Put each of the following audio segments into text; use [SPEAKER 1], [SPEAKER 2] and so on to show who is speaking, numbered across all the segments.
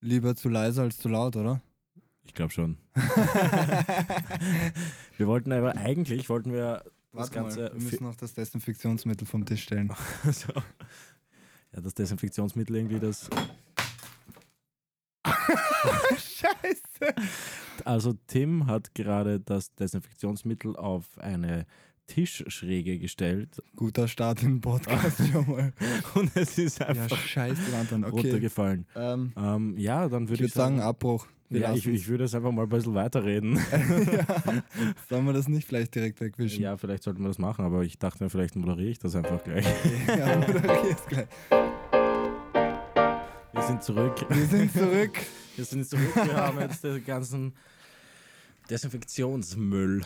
[SPEAKER 1] Lieber zu leise als zu laut, oder?
[SPEAKER 2] Ich glaube schon. wir wollten aber eigentlich, wollten wir das
[SPEAKER 1] Warte
[SPEAKER 2] Ganze...
[SPEAKER 1] mal, wir müssen noch das Desinfektionsmittel vom Tisch stellen.
[SPEAKER 2] so. Ja, das Desinfektionsmittel irgendwie, das...
[SPEAKER 1] Scheiße!
[SPEAKER 2] Also Tim hat gerade das Desinfektionsmittel auf eine Tischschräge gestellt
[SPEAKER 1] Guter Start in den Podcast schon mal.
[SPEAKER 2] und es ist
[SPEAKER 1] Ja,
[SPEAKER 2] einfach
[SPEAKER 1] scheiße, Anton. Okay.
[SPEAKER 2] runtergefallen.
[SPEAKER 1] Ähm,
[SPEAKER 2] Ähm, ja, dann
[SPEAKER 1] ich
[SPEAKER 2] würde ich,
[SPEAKER 1] würde sagen, Abbruch. Wir
[SPEAKER 2] ja, ich,
[SPEAKER 1] lassen
[SPEAKER 2] ich würde jetzt einfach mal ein bisschen weiterreden.
[SPEAKER 1] es. Sollen wir das nicht vielleicht direkt wegwischen?
[SPEAKER 2] ja, vielleicht sollten wir das machen, aber ich dachte mir, vielleicht moderiere ich das einfach gleich.
[SPEAKER 1] ja moderier's gleich.
[SPEAKER 2] Wir sind zurück.
[SPEAKER 1] Wir sind zurück.
[SPEAKER 2] Wir sind zurück. Wir haben jetzt den ganzen Desinfektionsmüll.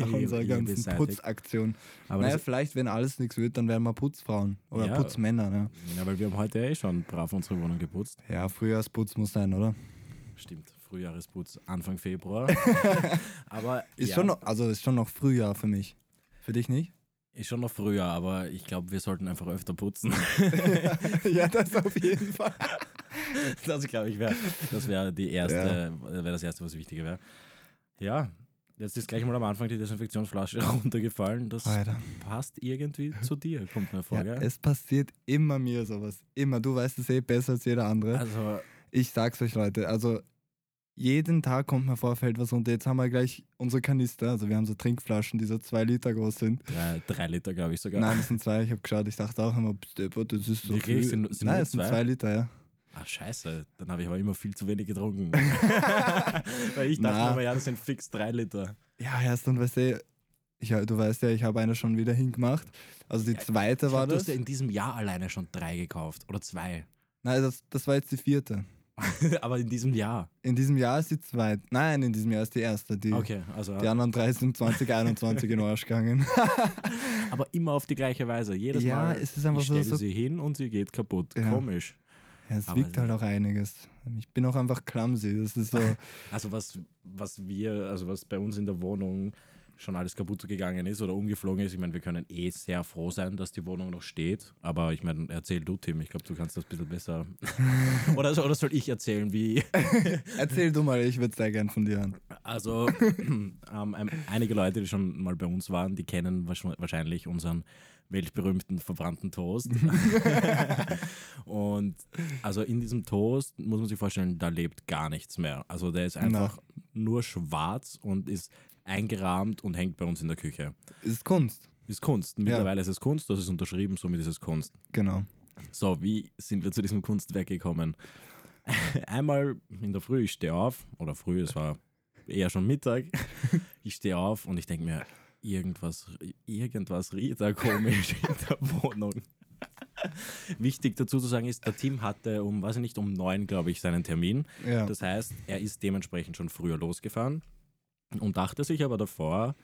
[SPEAKER 1] Nach unserer
[SPEAKER 2] Ihr- ihr
[SPEAKER 1] ganzen
[SPEAKER 2] beseitigt.
[SPEAKER 1] Putzaktion.
[SPEAKER 2] Aber
[SPEAKER 1] naja,
[SPEAKER 2] das,
[SPEAKER 1] vielleicht, wenn alles nichts wird, dann werden wir Putzfrauen oder
[SPEAKER 2] Ja.
[SPEAKER 1] Putzmänner. Ne?
[SPEAKER 2] ja, weil wir haben heute eh schon brav unsere Wohnung geputzt.
[SPEAKER 1] Ja, Frühjahrsputz muss sein, oder?
[SPEAKER 2] Stimmt, Frühjahresputz Anfang Februar. aber
[SPEAKER 1] Ist,
[SPEAKER 2] ja,
[SPEAKER 1] schon noch, also ist schon noch Frühjahr für mich. Für dich nicht?
[SPEAKER 2] ist schon noch früher, aber ich glaube, wir sollten einfach öfter putzen.
[SPEAKER 1] ja, das auf jeden Fall.
[SPEAKER 2] Das glaube ich wäre das wäre die erste, wäre das erste, was wichtiger wäre. Ja, jetzt ist gleich mal am Anfang die Desinfektionsflasche runtergefallen. Das
[SPEAKER 1] Alter.
[SPEAKER 2] passt irgendwie zu dir, kommt mir vor.
[SPEAKER 1] Ja,
[SPEAKER 2] gell?
[SPEAKER 1] es passiert immer mir sowas. Immer. Du weißt es eh besser als jeder andere.
[SPEAKER 2] also
[SPEAKER 1] Ich sag's euch, Leute. Also, jeden Tag kommt mir vor, fällt was runter. Jetzt haben wir gleich unsere Kanister. Also, wir haben so Trinkflaschen, die so zwei Liter groß sind.
[SPEAKER 2] drei, drei Liter, glaube ich sogar.
[SPEAKER 1] Nein, das sind zwei. Ich habe geschaut. Ich dachte auch immer, pst, Deppert, das ist so.
[SPEAKER 2] Wirklich?
[SPEAKER 1] viel.
[SPEAKER 2] Sind- sind
[SPEAKER 1] Nein,
[SPEAKER 2] nur
[SPEAKER 1] es sind
[SPEAKER 2] zwei?
[SPEAKER 1] zwei Liter, ja.
[SPEAKER 2] Ah, scheiße, dann habe ich aber immer viel zu wenig getrunken. Weil ich dachte
[SPEAKER 1] Na.
[SPEAKER 2] immer, ja, das sind fix drei Liter.
[SPEAKER 1] Ja, erst dann weißt du, ich, du weißt ja, ich habe eine schon wieder hingemacht. Also die zweite
[SPEAKER 2] Ich
[SPEAKER 1] war
[SPEAKER 2] glaub, du
[SPEAKER 1] das.
[SPEAKER 2] hast ja in diesem Jahr alleine schon drei gekauft oder zwei.
[SPEAKER 1] Nein, das, das war jetzt die vierte.
[SPEAKER 2] aber in diesem Jahr.
[SPEAKER 1] In diesem Jahr ist die zweite. Nein, in diesem Jahr ist die erste. Die,
[SPEAKER 2] Okay, also
[SPEAKER 1] die anderen drei sind 2021 in den Arsch gegangen.
[SPEAKER 2] aber immer auf die gleiche Weise. Jedes
[SPEAKER 1] Ja,
[SPEAKER 2] Mal.
[SPEAKER 1] es ist einfach
[SPEAKER 2] ich
[SPEAKER 1] so-
[SPEAKER 2] stelle
[SPEAKER 1] so-
[SPEAKER 2] sie hin und sie geht kaputt.
[SPEAKER 1] Ja.
[SPEAKER 2] Komisch.
[SPEAKER 1] Ja, es
[SPEAKER 2] Aber
[SPEAKER 1] wiegt
[SPEAKER 2] es-
[SPEAKER 1] halt auch einiges. Ich bin auch einfach clumsy. Das ist so.
[SPEAKER 2] Also was, was wir, also was bei uns in der Wohnung schon alles kaputt gegangen ist oder umgeflogen ist. Ich meine, wir können eh sehr froh sein, dass die Wohnung noch steht. Aber ich meine, erzähl du, Tim. Ich glaube, du kannst das ein bisschen besser. oder, so- oder soll ich erzählen, wie...
[SPEAKER 1] Erzähl du mal, ich würde sehr gern von dir hören.
[SPEAKER 2] Also ähm, ein- einige Leute, die schon mal bei uns waren, die kennen wahrsch- wahrscheinlich unseren weltberühmten verbrannten Toast. Und also in diesem Toast muss man sich vorstellen, da lebt gar nichts mehr. Also der ist einfach nur schwarz und ist eingerahmt und hängt bei uns in der Küche.
[SPEAKER 1] Ist Kunst.
[SPEAKER 2] Ist Kunst. Mittlerweile ist es Kunst, das ist unterschrieben, somit ist es Kunst.
[SPEAKER 1] Genau.
[SPEAKER 2] So, wie sind wir zu diesem Kunstwerk gekommen? Einmal in der Früh, ich stehe auf, oder früh, es war eher schon Mittag. Ich stehe auf und ich denke mir, irgendwas, irgendwas riecht da komisch in der Wohnung. Wichtig dazu zu sagen ist, der Tim hatte um, weiß ich nicht, um neun, glaube ich, seinen Termin.
[SPEAKER 1] Ja.
[SPEAKER 2] Das heißt, er ist dementsprechend schon früher losgefahren und dachte sich aber davor,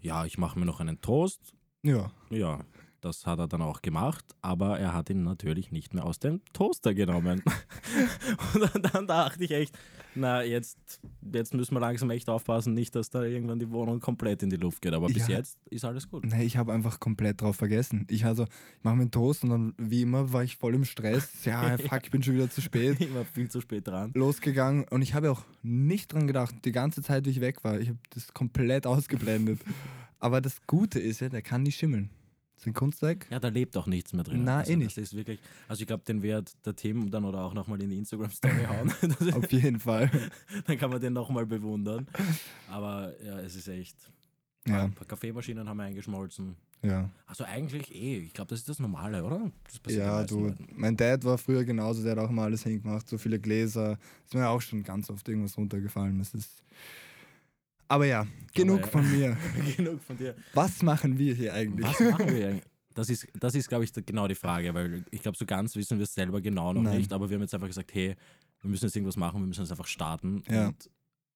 [SPEAKER 2] ja, ich mache mir noch einen Toast
[SPEAKER 1] ja.
[SPEAKER 2] ja, das hat er dann auch gemacht, aber er hat ihn natürlich nicht mehr aus dem Toaster genommen. Und dann, dann dachte ich echt, na, jetzt, jetzt müssen wir langsam echt aufpassen, nicht, dass da irgendwann die Wohnung komplett in die Luft geht. Aber bis
[SPEAKER 1] Ja.
[SPEAKER 2] jetzt ist alles gut.
[SPEAKER 1] Nee, ich habe einfach komplett drauf vergessen. Ich also, ich mache mir einen Toast und dann wie immer war ich voll im Stress. Ja, fuck, ich bin schon wieder zu spät.
[SPEAKER 2] Ich war viel zu spät dran.
[SPEAKER 1] losgegangen und ich habe auch nicht dran gedacht, die ganze Zeit, wie ich weg war. Ich habe das komplett ausgeblendet. Aber das Gute ist ja, der kann nicht schimmeln. Ist ein Kunstwerk?
[SPEAKER 2] Ja, da lebt auch nichts mehr drin.
[SPEAKER 1] Na,
[SPEAKER 2] also,
[SPEAKER 1] eh
[SPEAKER 2] Das ist wirklich, also ich glaube, den Wert der Themen dann oder auch nochmal in die Instagram-Story hauen. Das ist-
[SPEAKER 1] Auf jeden Fall.
[SPEAKER 2] dann kann man den nochmal bewundern. Aber ja, es ist echt.
[SPEAKER 1] Ja,
[SPEAKER 2] Ein paar Kaffeemaschinen haben eingeschmolzen.
[SPEAKER 1] ja.
[SPEAKER 2] Also eigentlich eh. Ich glaube, das ist das Normale, oder? Das ne? den
[SPEAKER 1] Ja,
[SPEAKER 2] meisten
[SPEAKER 1] du.
[SPEAKER 2] Leuten.
[SPEAKER 1] Mein Dad war früher genauso, der hat auch immer alles hingemacht, so viele Gläser. Ist mir auch schon ganz oft irgendwas runtergefallen. Das ist. Aber ja, genug
[SPEAKER 2] ja.
[SPEAKER 1] von mir.
[SPEAKER 2] Genug von dir.
[SPEAKER 1] Was machen wir hier eigentlich?
[SPEAKER 2] Was machen wir eigentlich? Das ist, das ist glaube ich, da- genau die Frage, weil ich glaube, so ganz wissen wir es selber genau noch
[SPEAKER 1] Nein.
[SPEAKER 2] nicht, aber wir haben jetzt einfach gesagt, hey, wir müssen jetzt irgendwas machen, wir müssen jetzt einfach starten
[SPEAKER 1] Ja.
[SPEAKER 2] und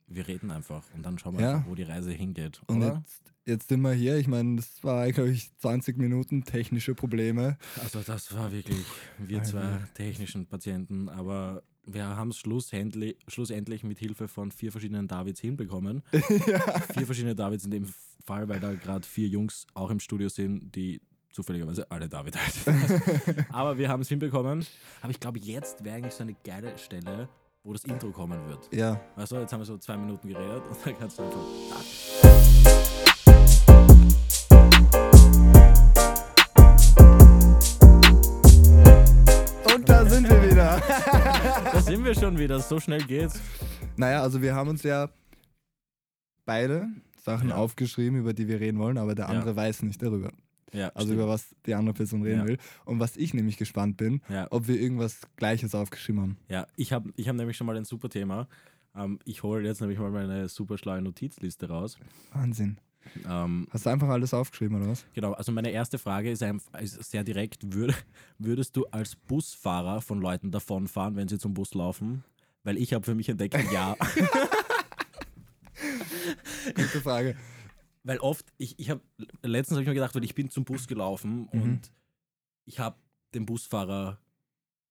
[SPEAKER 2] wir reden einfach und dann schauen wir
[SPEAKER 1] Ja.
[SPEAKER 2] einfach, wo die Reise hingeht,
[SPEAKER 1] Und
[SPEAKER 2] oder?
[SPEAKER 1] jetzt, jetzt sind wir hier. Ich meine, das war, glaube ich, 20 Minuten technische Probleme.
[SPEAKER 2] Also das war wirklich wir
[SPEAKER 1] Alter.
[SPEAKER 2] zwei technischen Patienten, aber wir haben es schlussendlich, schlussendlich mit Hilfe von vier verschiedenen Davids hinbekommen. Vier verschiedene Davids in dem Fall, weil da gerade vier Jungs auch im Studio sind, die zufälligerweise alle David halt. Aber wir haben es hinbekommen. Aber ich glaube, jetzt wäre eigentlich so eine geile Stelle, wo das Intro kommen wird.
[SPEAKER 1] Ja.
[SPEAKER 2] Weißt du, jetzt haben wir so zwei Minuten geredet und dann kannst du einfach.
[SPEAKER 1] Und da sind wir wieder.
[SPEAKER 2] Da sind wir schon wieder, so schnell geht's.
[SPEAKER 1] Naja, also wir haben uns ja beide Sachen
[SPEAKER 2] Ja.
[SPEAKER 1] aufgeschrieben, über die wir reden wollen, aber der
[SPEAKER 2] Ja.
[SPEAKER 1] andere weiß nicht darüber.
[SPEAKER 2] Ja,
[SPEAKER 1] Also
[SPEAKER 2] stimmt.
[SPEAKER 1] über was die andere Person reden
[SPEAKER 2] Ja.
[SPEAKER 1] will. Und was ich nämlich gespannt bin,
[SPEAKER 2] ja,
[SPEAKER 1] ob wir irgendwas Gleiches aufgeschrieben haben.
[SPEAKER 2] ja. ich habe ich hab nämlich schon mal ein super Thema. Ähm, ich hole jetzt nämlich mal meine super schlaue Notizliste raus.
[SPEAKER 1] Wahnsinn.
[SPEAKER 2] Ähm,
[SPEAKER 1] Hast du einfach alles aufgeschrieben, oder was?
[SPEAKER 2] Genau, also meine erste Frage ist, einf- ist sehr direkt. Würde, würdest du als Busfahrer von Leuten davonfahren, wenn sie zum Bus laufen? Weil ich habe für mich entdeckt, ja.
[SPEAKER 1] Gute Frage.
[SPEAKER 2] Weil oft, ich, ich habe, letztens habe ich mir gedacht, weil ich bin zum Bus gelaufen
[SPEAKER 1] Mhm.
[SPEAKER 2] und ich habe den Busfahrer,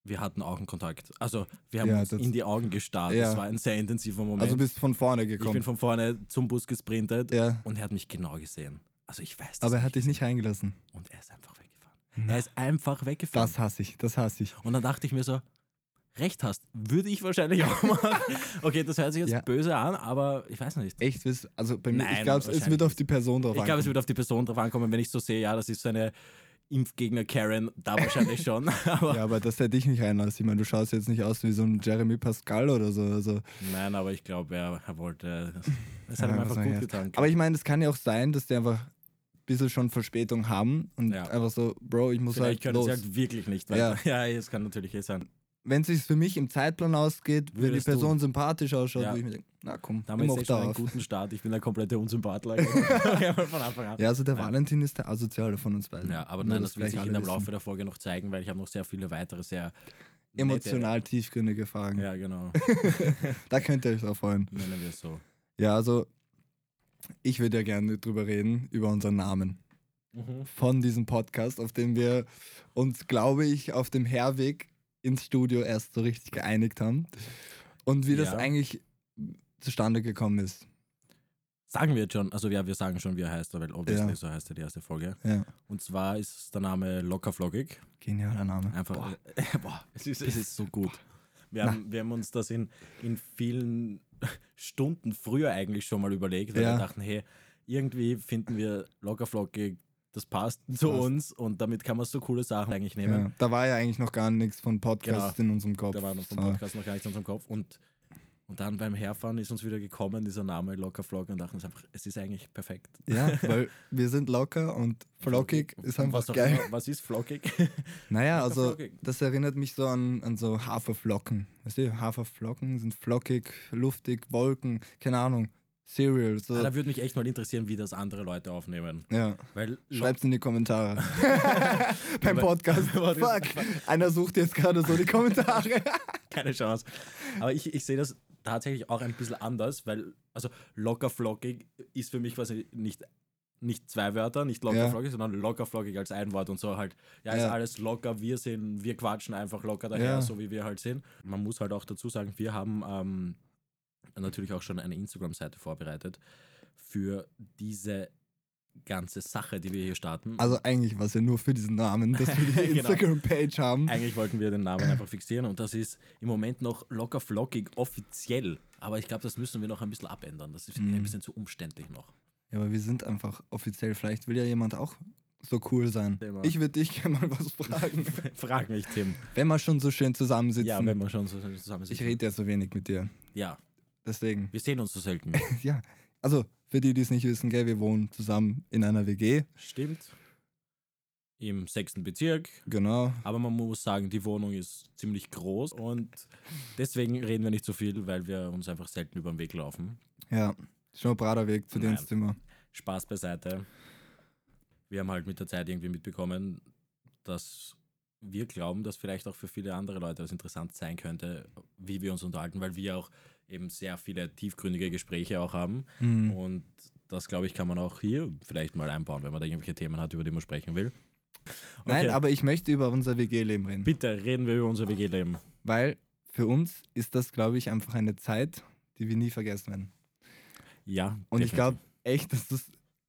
[SPEAKER 2] wir hatten Augenkontakt. Also wir haben
[SPEAKER 1] Ja,
[SPEAKER 2] uns
[SPEAKER 1] das-
[SPEAKER 2] in die Augen gestarrt.
[SPEAKER 1] Ja.
[SPEAKER 2] Das war ein sehr intensiver Moment.
[SPEAKER 1] Also bist von vorne
[SPEAKER 2] ich bin
[SPEAKER 1] gekommen.
[SPEAKER 2] von vorne zum Bus gesprintet
[SPEAKER 1] ja.
[SPEAKER 2] und er hat mich genau gesehen. Also ich weiß das.
[SPEAKER 1] Aber er hat dich nicht reingelassen.
[SPEAKER 2] und er ist einfach weggefahren. Er ist einfach weggefahren.
[SPEAKER 1] Das hasse ich, das hasse ich.
[SPEAKER 2] Und dann dachte ich mir so, recht hast, würde ich wahrscheinlich auch machen. Okay, das hört sich jetzt
[SPEAKER 1] Ja.
[SPEAKER 2] böse an, aber ich weiß nicht.
[SPEAKER 1] Echt, wisst- also bei mir, ich
[SPEAKER 2] Nein,
[SPEAKER 1] glaube, es
[SPEAKER 2] wahrscheinlich
[SPEAKER 1] wird auf
[SPEAKER 2] nicht.
[SPEAKER 1] die Person drauf
[SPEAKER 2] Ich glaube, es
[SPEAKER 1] ankommen.
[SPEAKER 2] wird auf die Person drauf ankommen, wenn ich so sehe, ja, das ist so eine Impfgegner Karen, da wahrscheinlich schon. Aber
[SPEAKER 1] Ja, aber dass er dich nicht reinlässt. Ich meine, du schaust jetzt nicht aus wie so ein Jeremy Pascal oder so. Also,
[SPEAKER 2] nein, aber ich glaube, er, er wollte. Es hat ihm
[SPEAKER 1] Ja, was
[SPEAKER 2] einfach
[SPEAKER 1] soll ich
[SPEAKER 2] gut
[SPEAKER 1] jetzt-
[SPEAKER 2] getan.
[SPEAKER 1] Aber ich meine, es kann ja auch sein, dass die einfach ein bisschen schon Verspätung haben und
[SPEAKER 2] Ja.
[SPEAKER 1] einfach so, Bro, ich muss
[SPEAKER 2] Vielleicht
[SPEAKER 1] halt
[SPEAKER 2] können
[SPEAKER 1] los.
[SPEAKER 2] sie halt wirklich nicht weiter. Ja, es kann natürlich eh sein.
[SPEAKER 1] wenn es sich für mich im Zeitplan ausgeht, wenn die
[SPEAKER 2] Würdest du-
[SPEAKER 1] Person sympathisch ausschaut,
[SPEAKER 2] Ja.
[SPEAKER 1] würde ich mir denken, na komm,
[SPEAKER 2] Damit
[SPEAKER 1] immer
[SPEAKER 2] ist
[SPEAKER 1] auch
[SPEAKER 2] eh schon
[SPEAKER 1] da
[SPEAKER 2] einen
[SPEAKER 1] auf.
[SPEAKER 2] guten Start. Ich bin der komplette Unsympathler. Ja, von Anfang an.
[SPEAKER 1] Ja, also der Valentin ist der asoziale von uns beiden.
[SPEAKER 2] Ja, aber
[SPEAKER 1] Nur,
[SPEAKER 2] nein,
[SPEAKER 1] dass
[SPEAKER 2] das will
[SPEAKER 1] gleich
[SPEAKER 2] ich
[SPEAKER 1] alle
[SPEAKER 2] in dem
[SPEAKER 1] wissen.
[SPEAKER 2] Laufe der Folge noch zeigen, weil ich habe noch sehr viele weitere sehr nette-
[SPEAKER 1] Emotional tiefgründige Fragen.
[SPEAKER 2] Ja, genau.
[SPEAKER 1] Da könnt ihr euch drauf freuen.
[SPEAKER 2] Nennen wir es so.
[SPEAKER 1] Ja, also ich würde ja gerne drüber reden, über unseren Namen.
[SPEAKER 2] Mhm.
[SPEAKER 1] Von diesem Podcast, auf den wir uns, glaube ich, auf dem Herweg ins Studio erst so richtig geeinigt haben. Und wie das
[SPEAKER 2] Ja.
[SPEAKER 1] eigentlich zustande gekommen ist.
[SPEAKER 2] Sagen wir jetzt schon, also ja, wir sagen schon, wie er heißt, weil obviously so heißt er die erste Folge.
[SPEAKER 1] Ja.
[SPEAKER 2] Und zwar ist der Name Lockerflockig.
[SPEAKER 1] Genialer Name.
[SPEAKER 2] Einfach,
[SPEAKER 1] Boah.
[SPEAKER 2] Äh, boah, es, ist, es ist so gut. Wir haben, wir haben uns das in, in vielen Stunden früher eigentlich schon mal überlegt, weil
[SPEAKER 1] Ja.
[SPEAKER 2] wir dachten, hey, irgendwie finden wir Lockerflockig, das passt zu
[SPEAKER 1] passt.
[SPEAKER 2] uns und damit kann man so coole Sachen eigentlich nehmen.
[SPEAKER 1] Ja, da war ja eigentlich noch gar nichts von Podcast in unserem Kopf.
[SPEAKER 2] Genau.
[SPEAKER 1] Ah.
[SPEAKER 2] Da war noch vom
[SPEAKER 1] So.
[SPEAKER 2] Podcast noch gar nichts in unserem Kopf. Und, und dann beim Herfahren ist uns wieder gekommen, dieser Name Lockerflockig und dachten uns einfach, es ist eigentlich perfekt.
[SPEAKER 1] Ja, weil wir sind locker und flockig ist einfach
[SPEAKER 2] was auch
[SPEAKER 1] geil.
[SPEAKER 2] Immer, was ist flockig?
[SPEAKER 1] Naja,
[SPEAKER 2] Locker
[SPEAKER 1] also
[SPEAKER 2] flockig.
[SPEAKER 1] das erinnert mich so an, an so Haferflocken. Weißt du, Haferflocken sind flockig, luftig, Wolken, keine Ahnung, Cereal. So.
[SPEAKER 2] Ah, Da würde mich echt mal interessieren, wie das andere Leute aufnehmen.
[SPEAKER 1] Ja,
[SPEAKER 2] Weil
[SPEAKER 1] schreibt's in die Kommentare. Beim Podcast. Fuck,
[SPEAKER 2] Podcast.
[SPEAKER 1] einer sucht jetzt gerade so die Kommentare.
[SPEAKER 2] keine Chance. Aber ich, ich sehe das tatsächlich auch ein bisschen anders, weil, also lockerflockig ist für mich quasi nicht, nicht zwei Wörter, nicht lockerflockig, sondern lockerflockig als ein Wort und so halt, ja, ist
[SPEAKER 1] Ja.
[SPEAKER 2] alles locker, wir sind, wir quatschen einfach locker daher,
[SPEAKER 1] Ja.
[SPEAKER 2] so wie wir halt sind. Man muss halt auch dazu sagen, wir haben ähm, natürlich auch schon eine Instagram-Seite vorbereitet für diese ganze Sache, die wir hier starten.
[SPEAKER 1] Also eigentlich war es ja nur für diesen Namen, dass wir die
[SPEAKER 2] Genau.
[SPEAKER 1] Instagram-Page haben.
[SPEAKER 2] Eigentlich wollten wir den Namen einfach fixieren und das ist im Moment noch locker flockig offiziell. Aber ich glaube, das müssen wir noch ein bisschen abändern. Das ist ein bisschen zu umständlich noch.
[SPEAKER 1] Ja, aber wir sind einfach offiziell. Vielleicht will ja jemand auch so cool sein.
[SPEAKER 2] Thema.
[SPEAKER 1] Ich würde dich gerne mal was fragen.
[SPEAKER 2] Frag mich, Tim.
[SPEAKER 1] wenn wir schon so schön zusammensitzen.
[SPEAKER 2] Ja, wenn wir schon so zusammen sind.
[SPEAKER 1] ich rede ja so wenig mit dir.
[SPEAKER 2] Ja,
[SPEAKER 1] Deswegen.
[SPEAKER 2] wir sehen uns so selten.
[SPEAKER 1] Ja. Also, für die, die es nicht wissen, gell, wir wohnen zusammen in einer WG.
[SPEAKER 2] Stimmt. Im sechsten Bezirk.
[SPEAKER 1] Genau.
[SPEAKER 2] Aber man muss sagen, die Wohnung ist ziemlich groß und deswegen reden wir nicht so viel, weil wir uns einfach selten über den Weg laufen.
[SPEAKER 1] Ja. Schon ein brader Weg zu dir
[SPEAKER 2] Nein. Oh,
[SPEAKER 1] ins Zimmer.
[SPEAKER 2] Spaß beiseite. Wir haben halt mit der Zeit irgendwie mitbekommen, dass wir glauben, dass vielleicht auch für viele andere Leute das interessant sein könnte, wie wir uns unterhalten, weil wir auch eben sehr viele tiefgründige Gespräche auch haben.
[SPEAKER 1] Mhm.
[SPEAKER 2] Und das, glaube ich, kann man auch hier vielleicht mal einbauen, wenn man da irgendwelche Themen hat, über die man sprechen will.
[SPEAKER 1] Nein,
[SPEAKER 2] Okay.
[SPEAKER 1] aber ich möchte über unser WG-Leben reden.
[SPEAKER 2] Bitte reden wir über unser WG-Leben.
[SPEAKER 1] Weil für uns ist das, glaube ich, einfach eine Zeit, die wir nie vergessen werden.
[SPEAKER 2] Ja.
[SPEAKER 1] Und ich
[SPEAKER 2] definitiv.
[SPEAKER 1] glaube echt, dass das,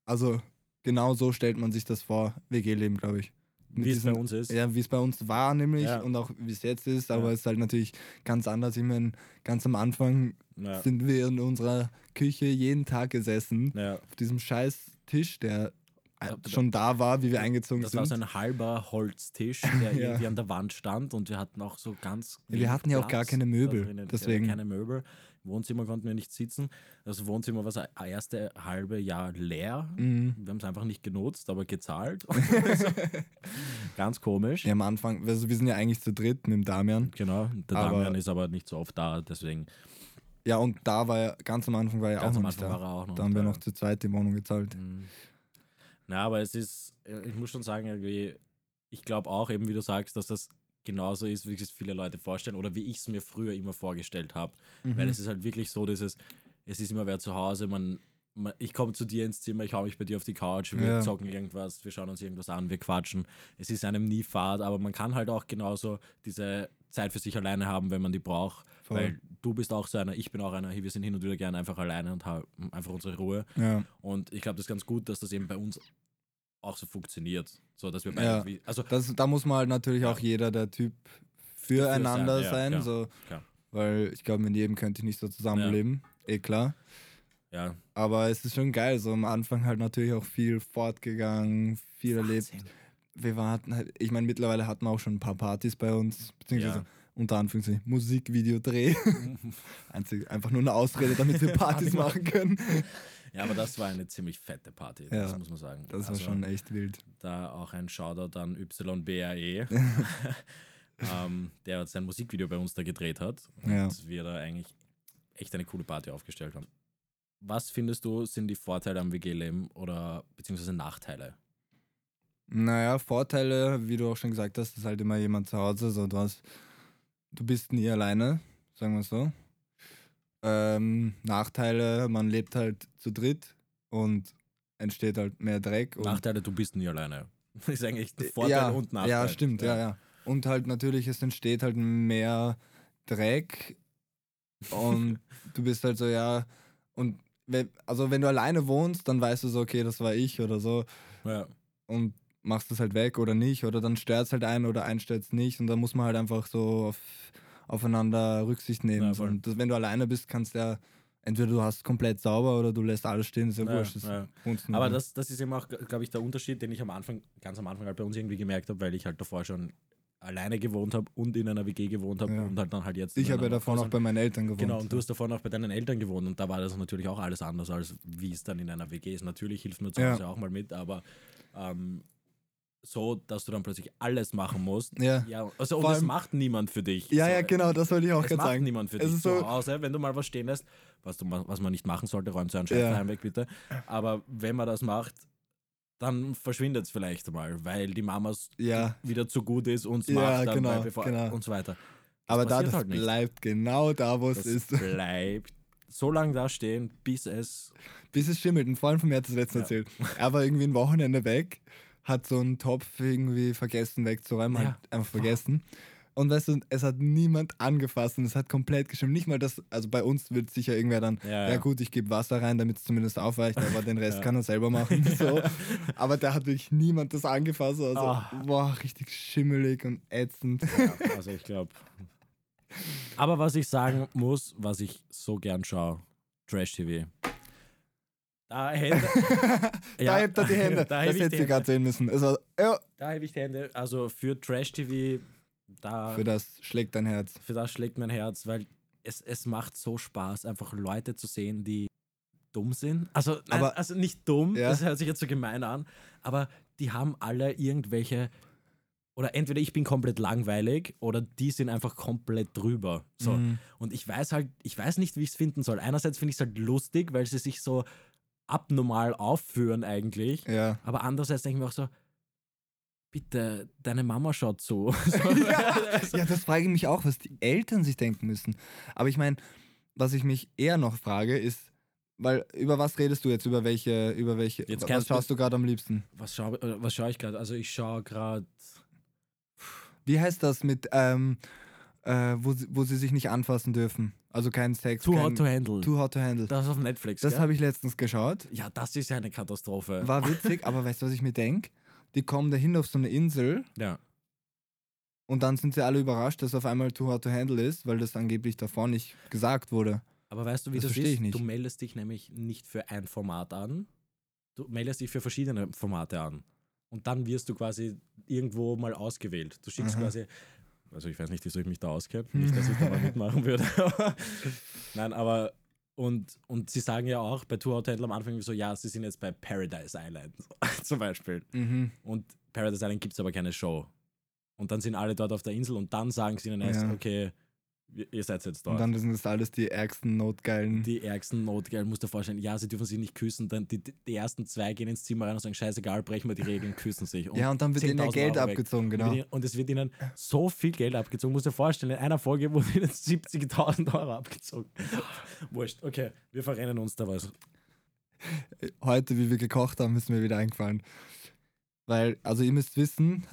[SPEAKER 1] also Genau so stellt man sich das vor, WG-Leben, glaube ich. Mit
[SPEAKER 2] Wie es bei
[SPEAKER 1] diesen-
[SPEAKER 2] uns ist.
[SPEAKER 1] Ja, wie es bei uns war nämlich
[SPEAKER 2] Ja.
[SPEAKER 1] und auch wie es jetzt ist, aber
[SPEAKER 2] Ja.
[SPEAKER 1] es ist halt natürlich ganz anders. Ich meine, ganz am Anfang
[SPEAKER 2] Ja.
[SPEAKER 1] sind wir in unserer Küche jeden Tag gesessen,
[SPEAKER 2] Ja.
[SPEAKER 1] auf diesem scheiß Tisch, der halt
[SPEAKER 2] Ja,
[SPEAKER 1] schon da war, wie wir eingezogen
[SPEAKER 2] Das war so
[SPEAKER 1] sind.
[SPEAKER 2] ein halber Holztisch, der
[SPEAKER 1] Ja.
[SPEAKER 2] irgendwie an der Wand stand und wir hatten auch so ganz.
[SPEAKER 1] Wir
[SPEAKER 2] wenig
[SPEAKER 1] hatten ja auch
[SPEAKER 2] Platz
[SPEAKER 1] gar keine Möbel,
[SPEAKER 2] da drinnen.
[SPEAKER 1] deswegen.
[SPEAKER 2] Keine Möbel. Im Wohnzimmer konnten wir nicht sitzen. Das Wohnzimmer war das erste halbe Jahr leer.
[SPEAKER 1] Mhm.
[SPEAKER 2] Wir haben es einfach nicht genutzt, aber gezahlt. ganz komisch.
[SPEAKER 1] Ja, am Anfang, also wir sind ja eigentlich zu dritt mit dem Damian.
[SPEAKER 2] Genau, der
[SPEAKER 1] Aber-
[SPEAKER 2] Damian ist aber nicht so oft da, deswegen
[SPEAKER 1] Ja, und da war er, ganz am Anfang war er
[SPEAKER 2] ganz
[SPEAKER 1] auch
[SPEAKER 2] am
[SPEAKER 1] noch nicht
[SPEAKER 2] Anfang
[SPEAKER 1] da.
[SPEAKER 2] war er auch noch.
[SPEAKER 1] da haben wir
[SPEAKER 2] da.
[SPEAKER 1] noch zu zweit die Wohnung gezahlt.
[SPEAKER 2] Mhm. Na, aber es ist, äh, ich muss schon sagen, irgendwie, ich glaube auch, eben wie du sagst, dass das genauso ist, wie sich es viele Leute vorstellen oder wie ich es mir früher immer vorgestellt habe. Weil
[SPEAKER 1] Mhm.
[SPEAKER 2] es ist halt wirklich so, dass es, es ist immer wer zu Hause, man, man ich komme zu dir ins Zimmer, ich hau mich bei dir auf die Couch, wir
[SPEAKER 1] Ja.
[SPEAKER 2] zocken irgendwas, wir schauen uns irgendwas an, wir quatschen. Es ist einem nie fad, aber man kann halt auch genauso diese Zeit für sich alleine haben, wenn man die braucht.
[SPEAKER 1] Voll.
[SPEAKER 2] Weil du bist auch so einer, ich bin auch einer, wir sind hin und wieder gerne einfach alleine und haben einfach unsere Ruhe.
[SPEAKER 1] Ja.
[SPEAKER 2] Und ich glaube, das ist ganz gut, dass das eben bei uns auch so funktioniert. So, dass wir beide.
[SPEAKER 1] Ja.
[SPEAKER 2] Wie, also,
[SPEAKER 1] Das, da muss man halt natürlich auch jeder der Typ füreinander
[SPEAKER 2] sein, ja,
[SPEAKER 1] sein,
[SPEAKER 2] klar,
[SPEAKER 1] so,
[SPEAKER 2] klar.
[SPEAKER 1] weil ich glaube, mit jedem könnte ich nicht so zusammenleben, eh klar.
[SPEAKER 2] ja.
[SPEAKER 1] Aber es ist schon geil, so am Anfang halt natürlich auch viel fortgegangen, viel erlebt.
[SPEAKER 2] Wahnsinn.
[SPEAKER 1] Wir warten halt, ich meine, mittlerweile hatten wir auch schon ein paar Partys bei uns, beziehungsweise
[SPEAKER 2] Ja.
[SPEAKER 1] unter Anführungszeichen Musikvideodreh. Einzig, einfach nur eine Ausrede, damit wir Partys machen können.
[SPEAKER 2] Ja, aber das war eine ziemlich fette Party, das
[SPEAKER 1] Ja.
[SPEAKER 2] muss man sagen.
[SPEAKER 1] Das war
[SPEAKER 2] Also,
[SPEAKER 1] schon echt wild.
[SPEAKER 2] Da auch ein Shoutout an YBAE, E. ähm, der sein Musikvideo bei uns da gedreht hat. Und
[SPEAKER 1] Ja.
[SPEAKER 2] wir da eigentlich echt eine coole Party aufgestellt haben. Was findest du, sind die Vorteile am WG-Leben oder beziehungsweise Nachteile?
[SPEAKER 1] Naja, Vorteile, wie du auch schon gesagt hast, ist halt immer jemand zu Hause, so du hast, du bist nie alleine, sagen wir so. Ähm, Nachteile, man lebt halt zu dritt und entsteht halt mehr Dreck. Und Äh,
[SPEAKER 2] Nachteile, du bist nie alleine. Das ist eigentlich ein Vorteil
[SPEAKER 1] ja,
[SPEAKER 2] und Nachteil.
[SPEAKER 1] Ja, stimmt, ja. ja, Und halt natürlich, es entsteht halt mehr Dreck und du bist halt so, ja, und wenn, also wenn du alleine wohnst, dann weißt du so, okay, das war ich oder so
[SPEAKER 2] ja.
[SPEAKER 1] und machst es halt weg oder nicht oder dann stört es halt einen oder einen stört es nicht und dann muss man halt einfach so auf, aufeinander Rücksicht nehmen.
[SPEAKER 2] Ja,
[SPEAKER 1] so.
[SPEAKER 2] voll.
[SPEAKER 1] und das, wenn du alleine bist, kannst du ja entweder du hast komplett sauber oder du lässt alles stehen, ist ne? ja,
[SPEAKER 2] Ja,
[SPEAKER 1] wurscht. Das
[SPEAKER 2] ja.
[SPEAKER 1] wohnst du
[SPEAKER 2] Aber
[SPEAKER 1] nur.
[SPEAKER 2] das, das ist eben auch, glaube ich, der Unterschied, den ich am Anfang, ganz am Anfang halt bei uns irgendwie gemerkt habe, weil ich halt davor schon alleine gewohnt habe und in einer WG gewohnt habe
[SPEAKER 1] Ja.
[SPEAKER 2] und halt dann halt jetzt.
[SPEAKER 1] ich
[SPEAKER 2] in
[SPEAKER 1] habe ja
[SPEAKER 2] einer
[SPEAKER 1] davor noch
[SPEAKER 2] Häusern-
[SPEAKER 1] bei meinen Eltern gewohnt.
[SPEAKER 2] Genau, und du hast davor noch bei deinen Eltern gewohnt und da war das natürlich auch alles anders, als wie es dann in einer WG ist. Natürlich hilft mir zu
[SPEAKER 1] Ja.
[SPEAKER 2] Hause auch mal mit, aber ähm, so, dass du dann plötzlich alles machen musst.
[SPEAKER 1] Ja.
[SPEAKER 2] ja also, und
[SPEAKER 1] Vor
[SPEAKER 2] das
[SPEAKER 1] allem-
[SPEAKER 2] macht niemand für dich.
[SPEAKER 1] Ja,
[SPEAKER 2] so,
[SPEAKER 1] ja, genau, das wollte ich auch
[SPEAKER 2] es
[SPEAKER 1] gerade
[SPEAKER 2] macht
[SPEAKER 1] sagen.
[SPEAKER 2] niemand für
[SPEAKER 1] Es
[SPEAKER 2] dich
[SPEAKER 1] ist
[SPEAKER 2] so,
[SPEAKER 1] so-
[SPEAKER 2] zu Hause, wenn du mal was stehen lässt, was, du, ma- was man nicht machen sollte, räumt so einen Scheiß
[SPEAKER 1] Ja.
[SPEAKER 2] daheim weg, bitte. Aber wenn man das macht, dann verschwindet es vielleicht mal, weil die Mama s-
[SPEAKER 1] Ja,
[SPEAKER 2] wieder zu gut ist und es
[SPEAKER 1] Ja,
[SPEAKER 2] macht dann
[SPEAKER 1] genau,
[SPEAKER 2] weil bevor
[SPEAKER 1] genau.
[SPEAKER 2] und so weiter.
[SPEAKER 1] aber da
[SPEAKER 2] passiert
[SPEAKER 1] das
[SPEAKER 2] halt nicht.
[SPEAKER 1] bleibt genau da, wo es
[SPEAKER 2] Das
[SPEAKER 1] ist.
[SPEAKER 2] bleibt so lange da stehen, bis es
[SPEAKER 1] Bis es schimmelt. Ein Freund von mir hat das letztens erzählt. Er war irgendwie ein Wochenende weg, hat so einen Topf irgendwie vergessen wegzuräumen,
[SPEAKER 2] Ja.
[SPEAKER 1] hat einfach vergessen. Und weißt du, es hat niemand angefasst und es hat komplett geschimmelt. Nicht mal das, also bei uns wird sicher irgendwer dann,
[SPEAKER 2] Ja,
[SPEAKER 1] ja,
[SPEAKER 2] ja.
[SPEAKER 1] gut, ich gebe Wasser rein, damit es zumindest aufweicht, aber den Rest kann er selber machen. So. Aber da hat wirklich niemand das angefasst. Also,
[SPEAKER 2] Ah.
[SPEAKER 1] boah, richtig schimmelig und ätzend.
[SPEAKER 2] Ja, also ich glaube. Aber was ich sagen muss, was ich so gern schaue, Trash TV. Da hätte,
[SPEAKER 1] Da
[SPEAKER 2] Ja,
[SPEAKER 1] hebt er die Hände.
[SPEAKER 2] da heb
[SPEAKER 1] das
[SPEAKER 2] ich
[SPEAKER 1] hättest
[SPEAKER 2] die
[SPEAKER 1] du gerade sehen müssen. Es war, ja,
[SPEAKER 2] Da hebe ich die Hände. Also für Trash TV, da,
[SPEAKER 1] für
[SPEAKER 2] für,
[SPEAKER 1] das schlägt dein Herz.
[SPEAKER 2] das schlägt mein Herz, weil es, es macht so Spaß, einfach Leute zu sehen, die dumm sind. Also, nein,
[SPEAKER 1] Aber-
[SPEAKER 2] also nicht dumm,
[SPEAKER 1] Ja.
[SPEAKER 2] das hört sich jetzt so gemein an, aber die haben alle irgendwelche. Oder entweder ich bin komplett langweilig oder die sind einfach komplett drüber. So.
[SPEAKER 1] Mhm.
[SPEAKER 2] Und ich weiß halt, ich weiß nicht, wie ich es finden soll. Einerseits finde ich es halt lustig, weil sie sich so abnormal aufführen eigentlich.
[SPEAKER 1] Ja.
[SPEAKER 2] Aber andererseits denke ich mir auch so, bitte, deine Mama schaut zu. So, also,
[SPEAKER 1] Ja, das frage ich mich auch, was die Eltern sich denken müssen. Aber ich meine, was ich mich eher noch frage, ist, weil über was redest du jetzt? Über welche, über welche,
[SPEAKER 2] Jetzt
[SPEAKER 1] wa- was
[SPEAKER 2] kannst du-
[SPEAKER 1] schaust du gerade am liebsten?
[SPEAKER 2] was schaue was schau ich gerade? Also ich schaue gerade,
[SPEAKER 1] Wie heißt das mit, ähm, äh, wo, sie- wo sie sich nicht anfassen dürfen. Also kein Sex.
[SPEAKER 2] Too
[SPEAKER 1] kein,
[SPEAKER 2] Hot to Handle.
[SPEAKER 1] Too Hot to Handle.
[SPEAKER 2] das auf Netflix.
[SPEAKER 1] Das
[SPEAKER 2] gell?
[SPEAKER 1] habe ich letztens geschaut.
[SPEAKER 2] ja, das ist ja eine Katastrophe.
[SPEAKER 1] War witzig, aber weißt du, was ich mir denke? Die kommen dahin auf so eine Insel
[SPEAKER 2] ja.
[SPEAKER 1] und dann sind sie alle überrascht, dass auf einmal Too Hard to Handle ist, weil das angeblich davor nicht gesagt wurde.
[SPEAKER 2] Aber weißt du, wie
[SPEAKER 1] Das
[SPEAKER 2] das,
[SPEAKER 1] versteh
[SPEAKER 2] ist?
[SPEAKER 1] ich nicht.
[SPEAKER 2] Du meldest dich nämlich nicht für ein Format an, du meldest dich für verschiedene Formate an. Und dann wirst du quasi irgendwo mal ausgewählt. Du schickst
[SPEAKER 1] Aha.
[SPEAKER 2] quasi, also ich weiß nicht, wieso ich mich da auskenne, nicht, dass ich da mal mitmachen würde. aber- Nein, aber und, und sie sagen ja auch bei Tour Hotel am Anfang so, ja, sie sind jetzt bei Paradise Island zum Beispiel.
[SPEAKER 1] Mhm.
[SPEAKER 2] Und Paradise Island gibt es aber keine Show. Und dann sind alle dort auf der Insel und dann sagen sie ihnen erst,
[SPEAKER 1] Ja.
[SPEAKER 2] okay, ihr ihr seid jetzt dort
[SPEAKER 1] Und dann sind das alles die ärgsten, notgeilen.
[SPEAKER 2] die ärgsten Notgeilen, musst du dir vorstellen, ja, sie dürfen sich nicht küssen, dann die, die ersten zwei gehen ins Zimmer rein und sagen, scheißegal, brechen wir die Regeln, küssen sich. Und
[SPEAKER 1] ja, und dann wird ihnen ja
[SPEAKER 2] 10.000
[SPEAKER 1] Geld
[SPEAKER 2] Euro weg.
[SPEAKER 1] abgezogen, genau.
[SPEAKER 2] Und wird- Und es wird ihnen so viel Geld abgezogen, musst du dir vorstellen, in einer Folge wurden ihnen 70.000 Euro abgezogen. Wurscht, okay, wir verrennen uns da was.
[SPEAKER 1] Heute, wie wir gekocht haben, ist mir wieder eingefallen. Weil, also ihr müsst wissen,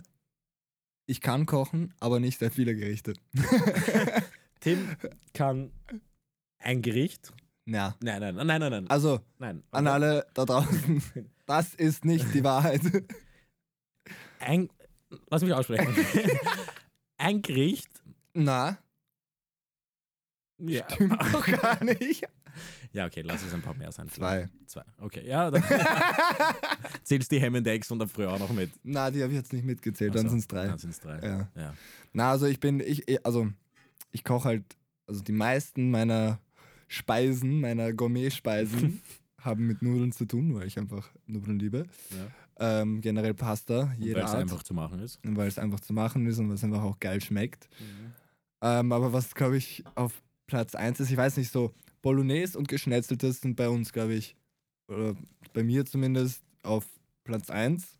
[SPEAKER 1] ich kann kochen, aber nicht sehr viele Gerichte.
[SPEAKER 2] Tim kann ein Gericht.
[SPEAKER 1] Ja.
[SPEAKER 2] Nein, nein, nein, nein, nein.
[SPEAKER 1] Also,
[SPEAKER 2] nein.
[SPEAKER 1] an alle da draußen, das ist nicht die Wahrheit.
[SPEAKER 2] Ein, lass mich aussprechen. ein Gericht.
[SPEAKER 1] Na,
[SPEAKER 2] Ja.
[SPEAKER 1] stimmt doch gar nicht.
[SPEAKER 2] ja, okay, lass es ein paar mehr sein.
[SPEAKER 1] Zwei.
[SPEAKER 2] Zwei. Okay, ja, dann zählst die Hammond Eggs von der Früh auch noch mit.
[SPEAKER 1] Na, die habe ich jetzt nicht mitgezählt, dann
[SPEAKER 2] Also,
[SPEAKER 1] sind es drei.
[SPEAKER 2] Dann sind es drei.
[SPEAKER 1] Ja.
[SPEAKER 2] Ja.
[SPEAKER 1] Na, also ich bin, ich, ich- also ich koche halt, also die meisten meiner Speisen, meiner Gourmet-Speisen haben mit Nudeln zu tun, weil ich einfach Nudeln liebe.
[SPEAKER 2] Ja.
[SPEAKER 1] Ähm, generell Pasta, jede
[SPEAKER 2] Weil es
[SPEAKER 1] Art,
[SPEAKER 2] einfach zu machen ist.
[SPEAKER 1] weil es einfach zu machen ist und weil es einfach auch geil schmeckt.
[SPEAKER 2] Mhm.
[SPEAKER 1] Ähm, aber was, glaube ich, auf Platz 1 ist, ich weiß nicht, so Bolognese und Geschnetzeltes sind bei uns, glaube ich, oder bei mir zumindest, auf Platz 1,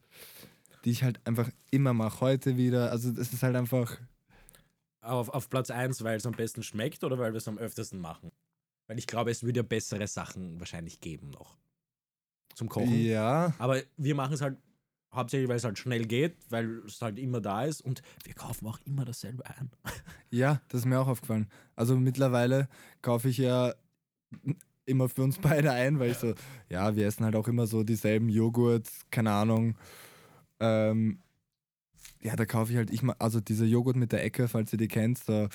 [SPEAKER 1] die ich halt einfach immer mache. Heute wieder, also es ist halt einfach,
[SPEAKER 2] Auf, auf Platz 1, weil es am besten schmeckt oder weil wir es am öftesten machen? Weil ich glaube, es würde ja bessere Sachen wahrscheinlich geben noch. Zum Kochen.
[SPEAKER 1] ja,
[SPEAKER 2] Aber wir machen es halt hauptsächlich, weil es halt schnell geht, weil es halt immer da ist und wir kaufen auch immer dasselbe ein.
[SPEAKER 1] ja, das ist mir auch aufgefallen. Also mittlerweile kaufe ich ja immer für uns beide ein, weil ich so, ja, wir essen halt auch immer so dieselben Joghurts, keine Ahnung. Ähm, ja, da kaufe ich halt, ich ma- also diese Joghurt mit der Ecke, falls ihr die kennt, so,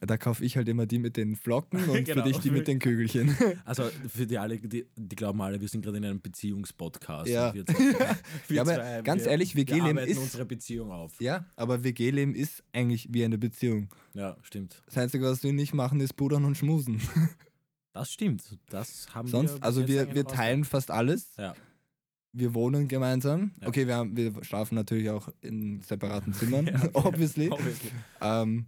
[SPEAKER 1] da kaufe ich halt immer die mit den Flocken und
[SPEAKER 2] Genau.
[SPEAKER 1] für dich die mit den Kügelchen.
[SPEAKER 2] Also für die alle, die, die glauben alle, wir sind gerade in einem Beziehungspodcast.
[SPEAKER 1] Ja.
[SPEAKER 2] und Wir zwei, wir
[SPEAKER 1] Ja, aber
[SPEAKER 2] zwei,
[SPEAKER 1] ganz
[SPEAKER 2] wir,
[SPEAKER 1] ehrlich,
[SPEAKER 2] wir
[SPEAKER 1] WG-Leben
[SPEAKER 2] arbeiten
[SPEAKER 1] ist-
[SPEAKER 2] unsere Beziehung auf.
[SPEAKER 1] ja, aber WG-Leben ist eigentlich wie eine Beziehung.
[SPEAKER 2] ja stimmt.
[SPEAKER 1] Das Einzige, was wir nicht machen, ist pudern und schmusen.
[SPEAKER 2] Das stimmt. Das haben wir.
[SPEAKER 1] Sonst,
[SPEAKER 2] bis
[SPEAKER 1] also
[SPEAKER 2] jetzt
[SPEAKER 1] wir,
[SPEAKER 2] eigentlich
[SPEAKER 1] wir
[SPEAKER 2] noch
[SPEAKER 1] teilen fast alles.
[SPEAKER 2] Ja.
[SPEAKER 1] Wir wohnen gemeinsam.
[SPEAKER 2] Ja.
[SPEAKER 1] Okay, wir, haben, wir schlafen natürlich auch in separaten Zimmern,
[SPEAKER 2] Ja, okay. Oh.
[SPEAKER 1] obviously.
[SPEAKER 2] Obviously.
[SPEAKER 1] Ähm,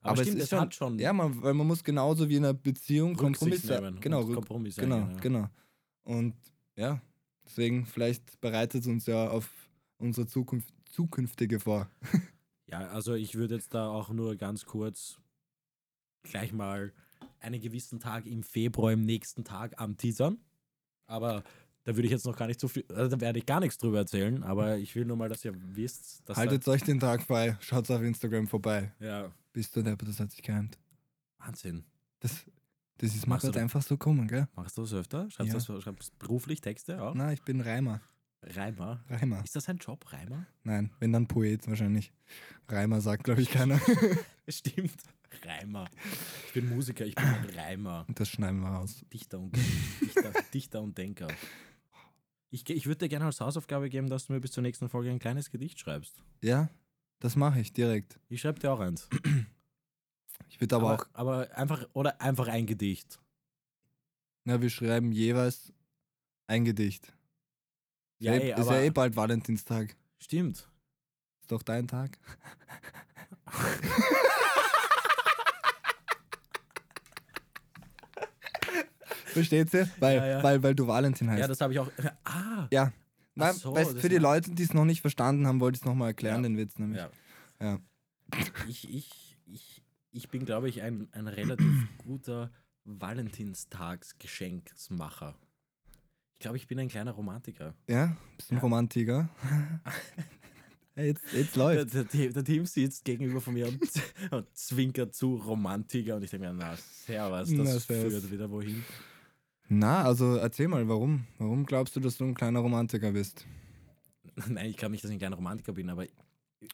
[SPEAKER 2] Aber,
[SPEAKER 1] Aber es
[SPEAKER 2] stimmt,
[SPEAKER 1] ist
[SPEAKER 2] es,
[SPEAKER 1] schon-
[SPEAKER 2] hat schon
[SPEAKER 1] Ja, man, weil man muss genauso wie in einer Beziehung
[SPEAKER 2] Rücksicht
[SPEAKER 1] Kompromisse.
[SPEAKER 2] nehmen
[SPEAKER 1] Genau,
[SPEAKER 2] und
[SPEAKER 1] rück-
[SPEAKER 2] Kompromisse
[SPEAKER 1] genau,
[SPEAKER 2] eingehen, ja.
[SPEAKER 1] genau. Und ja, deswegen vielleicht bereitet es uns ja auf unsere Zukunft, zukünftige vor.
[SPEAKER 2] Ja, also ich würde jetzt da auch nur ganz kurz gleich mal einen gewissen Tag im Februar, im nächsten Tag anteasern. Aber da würde ich jetzt noch gar nicht so viel, also da werde ich gar nichts drüber erzählen, aber ich will nur mal, dass ihr wisst, dass
[SPEAKER 1] Haltet euch den Tag frei, schaut auf Instagram vorbei.
[SPEAKER 2] da, ja,
[SPEAKER 1] Bist du der, das hat sich geheimt.
[SPEAKER 2] Wahnsinn.
[SPEAKER 1] Das, das ist mir
[SPEAKER 2] Machst du
[SPEAKER 1] gerade
[SPEAKER 2] das?
[SPEAKER 1] einfach so kommen, gell?
[SPEAKER 2] Machst du das öfter? Schreibst
[SPEAKER 1] Ja.
[SPEAKER 2] du das, schreibst beruflich Texte auch?
[SPEAKER 1] Na, ich bin Reimer.
[SPEAKER 2] Reimer.
[SPEAKER 1] Reimer.
[SPEAKER 2] Ist das ein Job, Reimer?
[SPEAKER 1] Nein, wenn dann Poet wahrscheinlich. Reimer sagt, glaube ich, keiner.
[SPEAKER 2] Stimmt. Reimer. Ich bin Musiker, ich bin ein Reimer.
[SPEAKER 1] Und das schneiden wir raus.
[SPEAKER 2] Dichter und, Dichter, Dichter und Denker. Ich, ge- ich würde dir gerne als Hausaufgabe geben, dass du mir bis zur nächsten Folge ein kleines Gedicht schreibst.
[SPEAKER 1] Ja, das mache ich direkt.
[SPEAKER 2] Ich schreibe dir auch eins.
[SPEAKER 1] Ich würde aber, auch,
[SPEAKER 2] aber einfach, oder einfach ein Gedicht.
[SPEAKER 1] na, wir schreiben jeweils ein Gedicht.
[SPEAKER 2] Ja,
[SPEAKER 1] ist
[SPEAKER 2] ey,
[SPEAKER 1] ja, eh- ist
[SPEAKER 2] aber,
[SPEAKER 1] ja eh bald Valentinstag.
[SPEAKER 2] stimmt.
[SPEAKER 1] Ist doch dein Tag. Versteht ihr? Weil,
[SPEAKER 2] Ja, ja.
[SPEAKER 1] weil, weil du Valentin heißt.
[SPEAKER 2] Ja,
[SPEAKER 1] Ja,
[SPEAKER 2] das habe ich auch. Ah!
[SPEAKER 1] Nein,
[SPEAKER 2] so,
[SPEAKER 1] weißt,
[SPEAKER 2] das
[SPEAKER 1] für die
[SPEAKER 2] ist-
[SPEAKER 1] Leute, die es noch nicht verstanden haben, wollte ich es nochmal erklären,
[SPEAKER 2] Ja.
[SPEAKER 1] den Witz nämlich.
[SPEAKER 2] Ja.
[SPEAKER 1] Ja.
[SPEAKER 2] Ich, ich, ich, ich bin, glaube ich, ein, ein relativ guter Valentinstagsgeschenksmacher. Ich glaube, ich bin ein kleiner Romantiker.
[SPEAKER 1] Ja? Bist du ein
[SPEAKER 2] Ja.
[SPEAKER 1] Romantiker? Hey, jetzt, jetzt
[SPEAKER 2] Der,
[SPEAKER 1] läuft.
[SPEAKER 2] der, Tim- der Tim sitzt gegenüber von mir und, und zwinkert zu Romantiker und ich denke mir, na, servus, das
[SPEAKER 1] Na, servus.
[SPEAKER 2] führt wieder wohin.
[SPEAKER 1] Na, also erzähl mal, warum? Warum glaubst du, dass du ein kleiner Romantiker bist?
[SPEAKER 2] Nein, ich glaube nicht, dass ich ein kleiner Romantiker bin, aber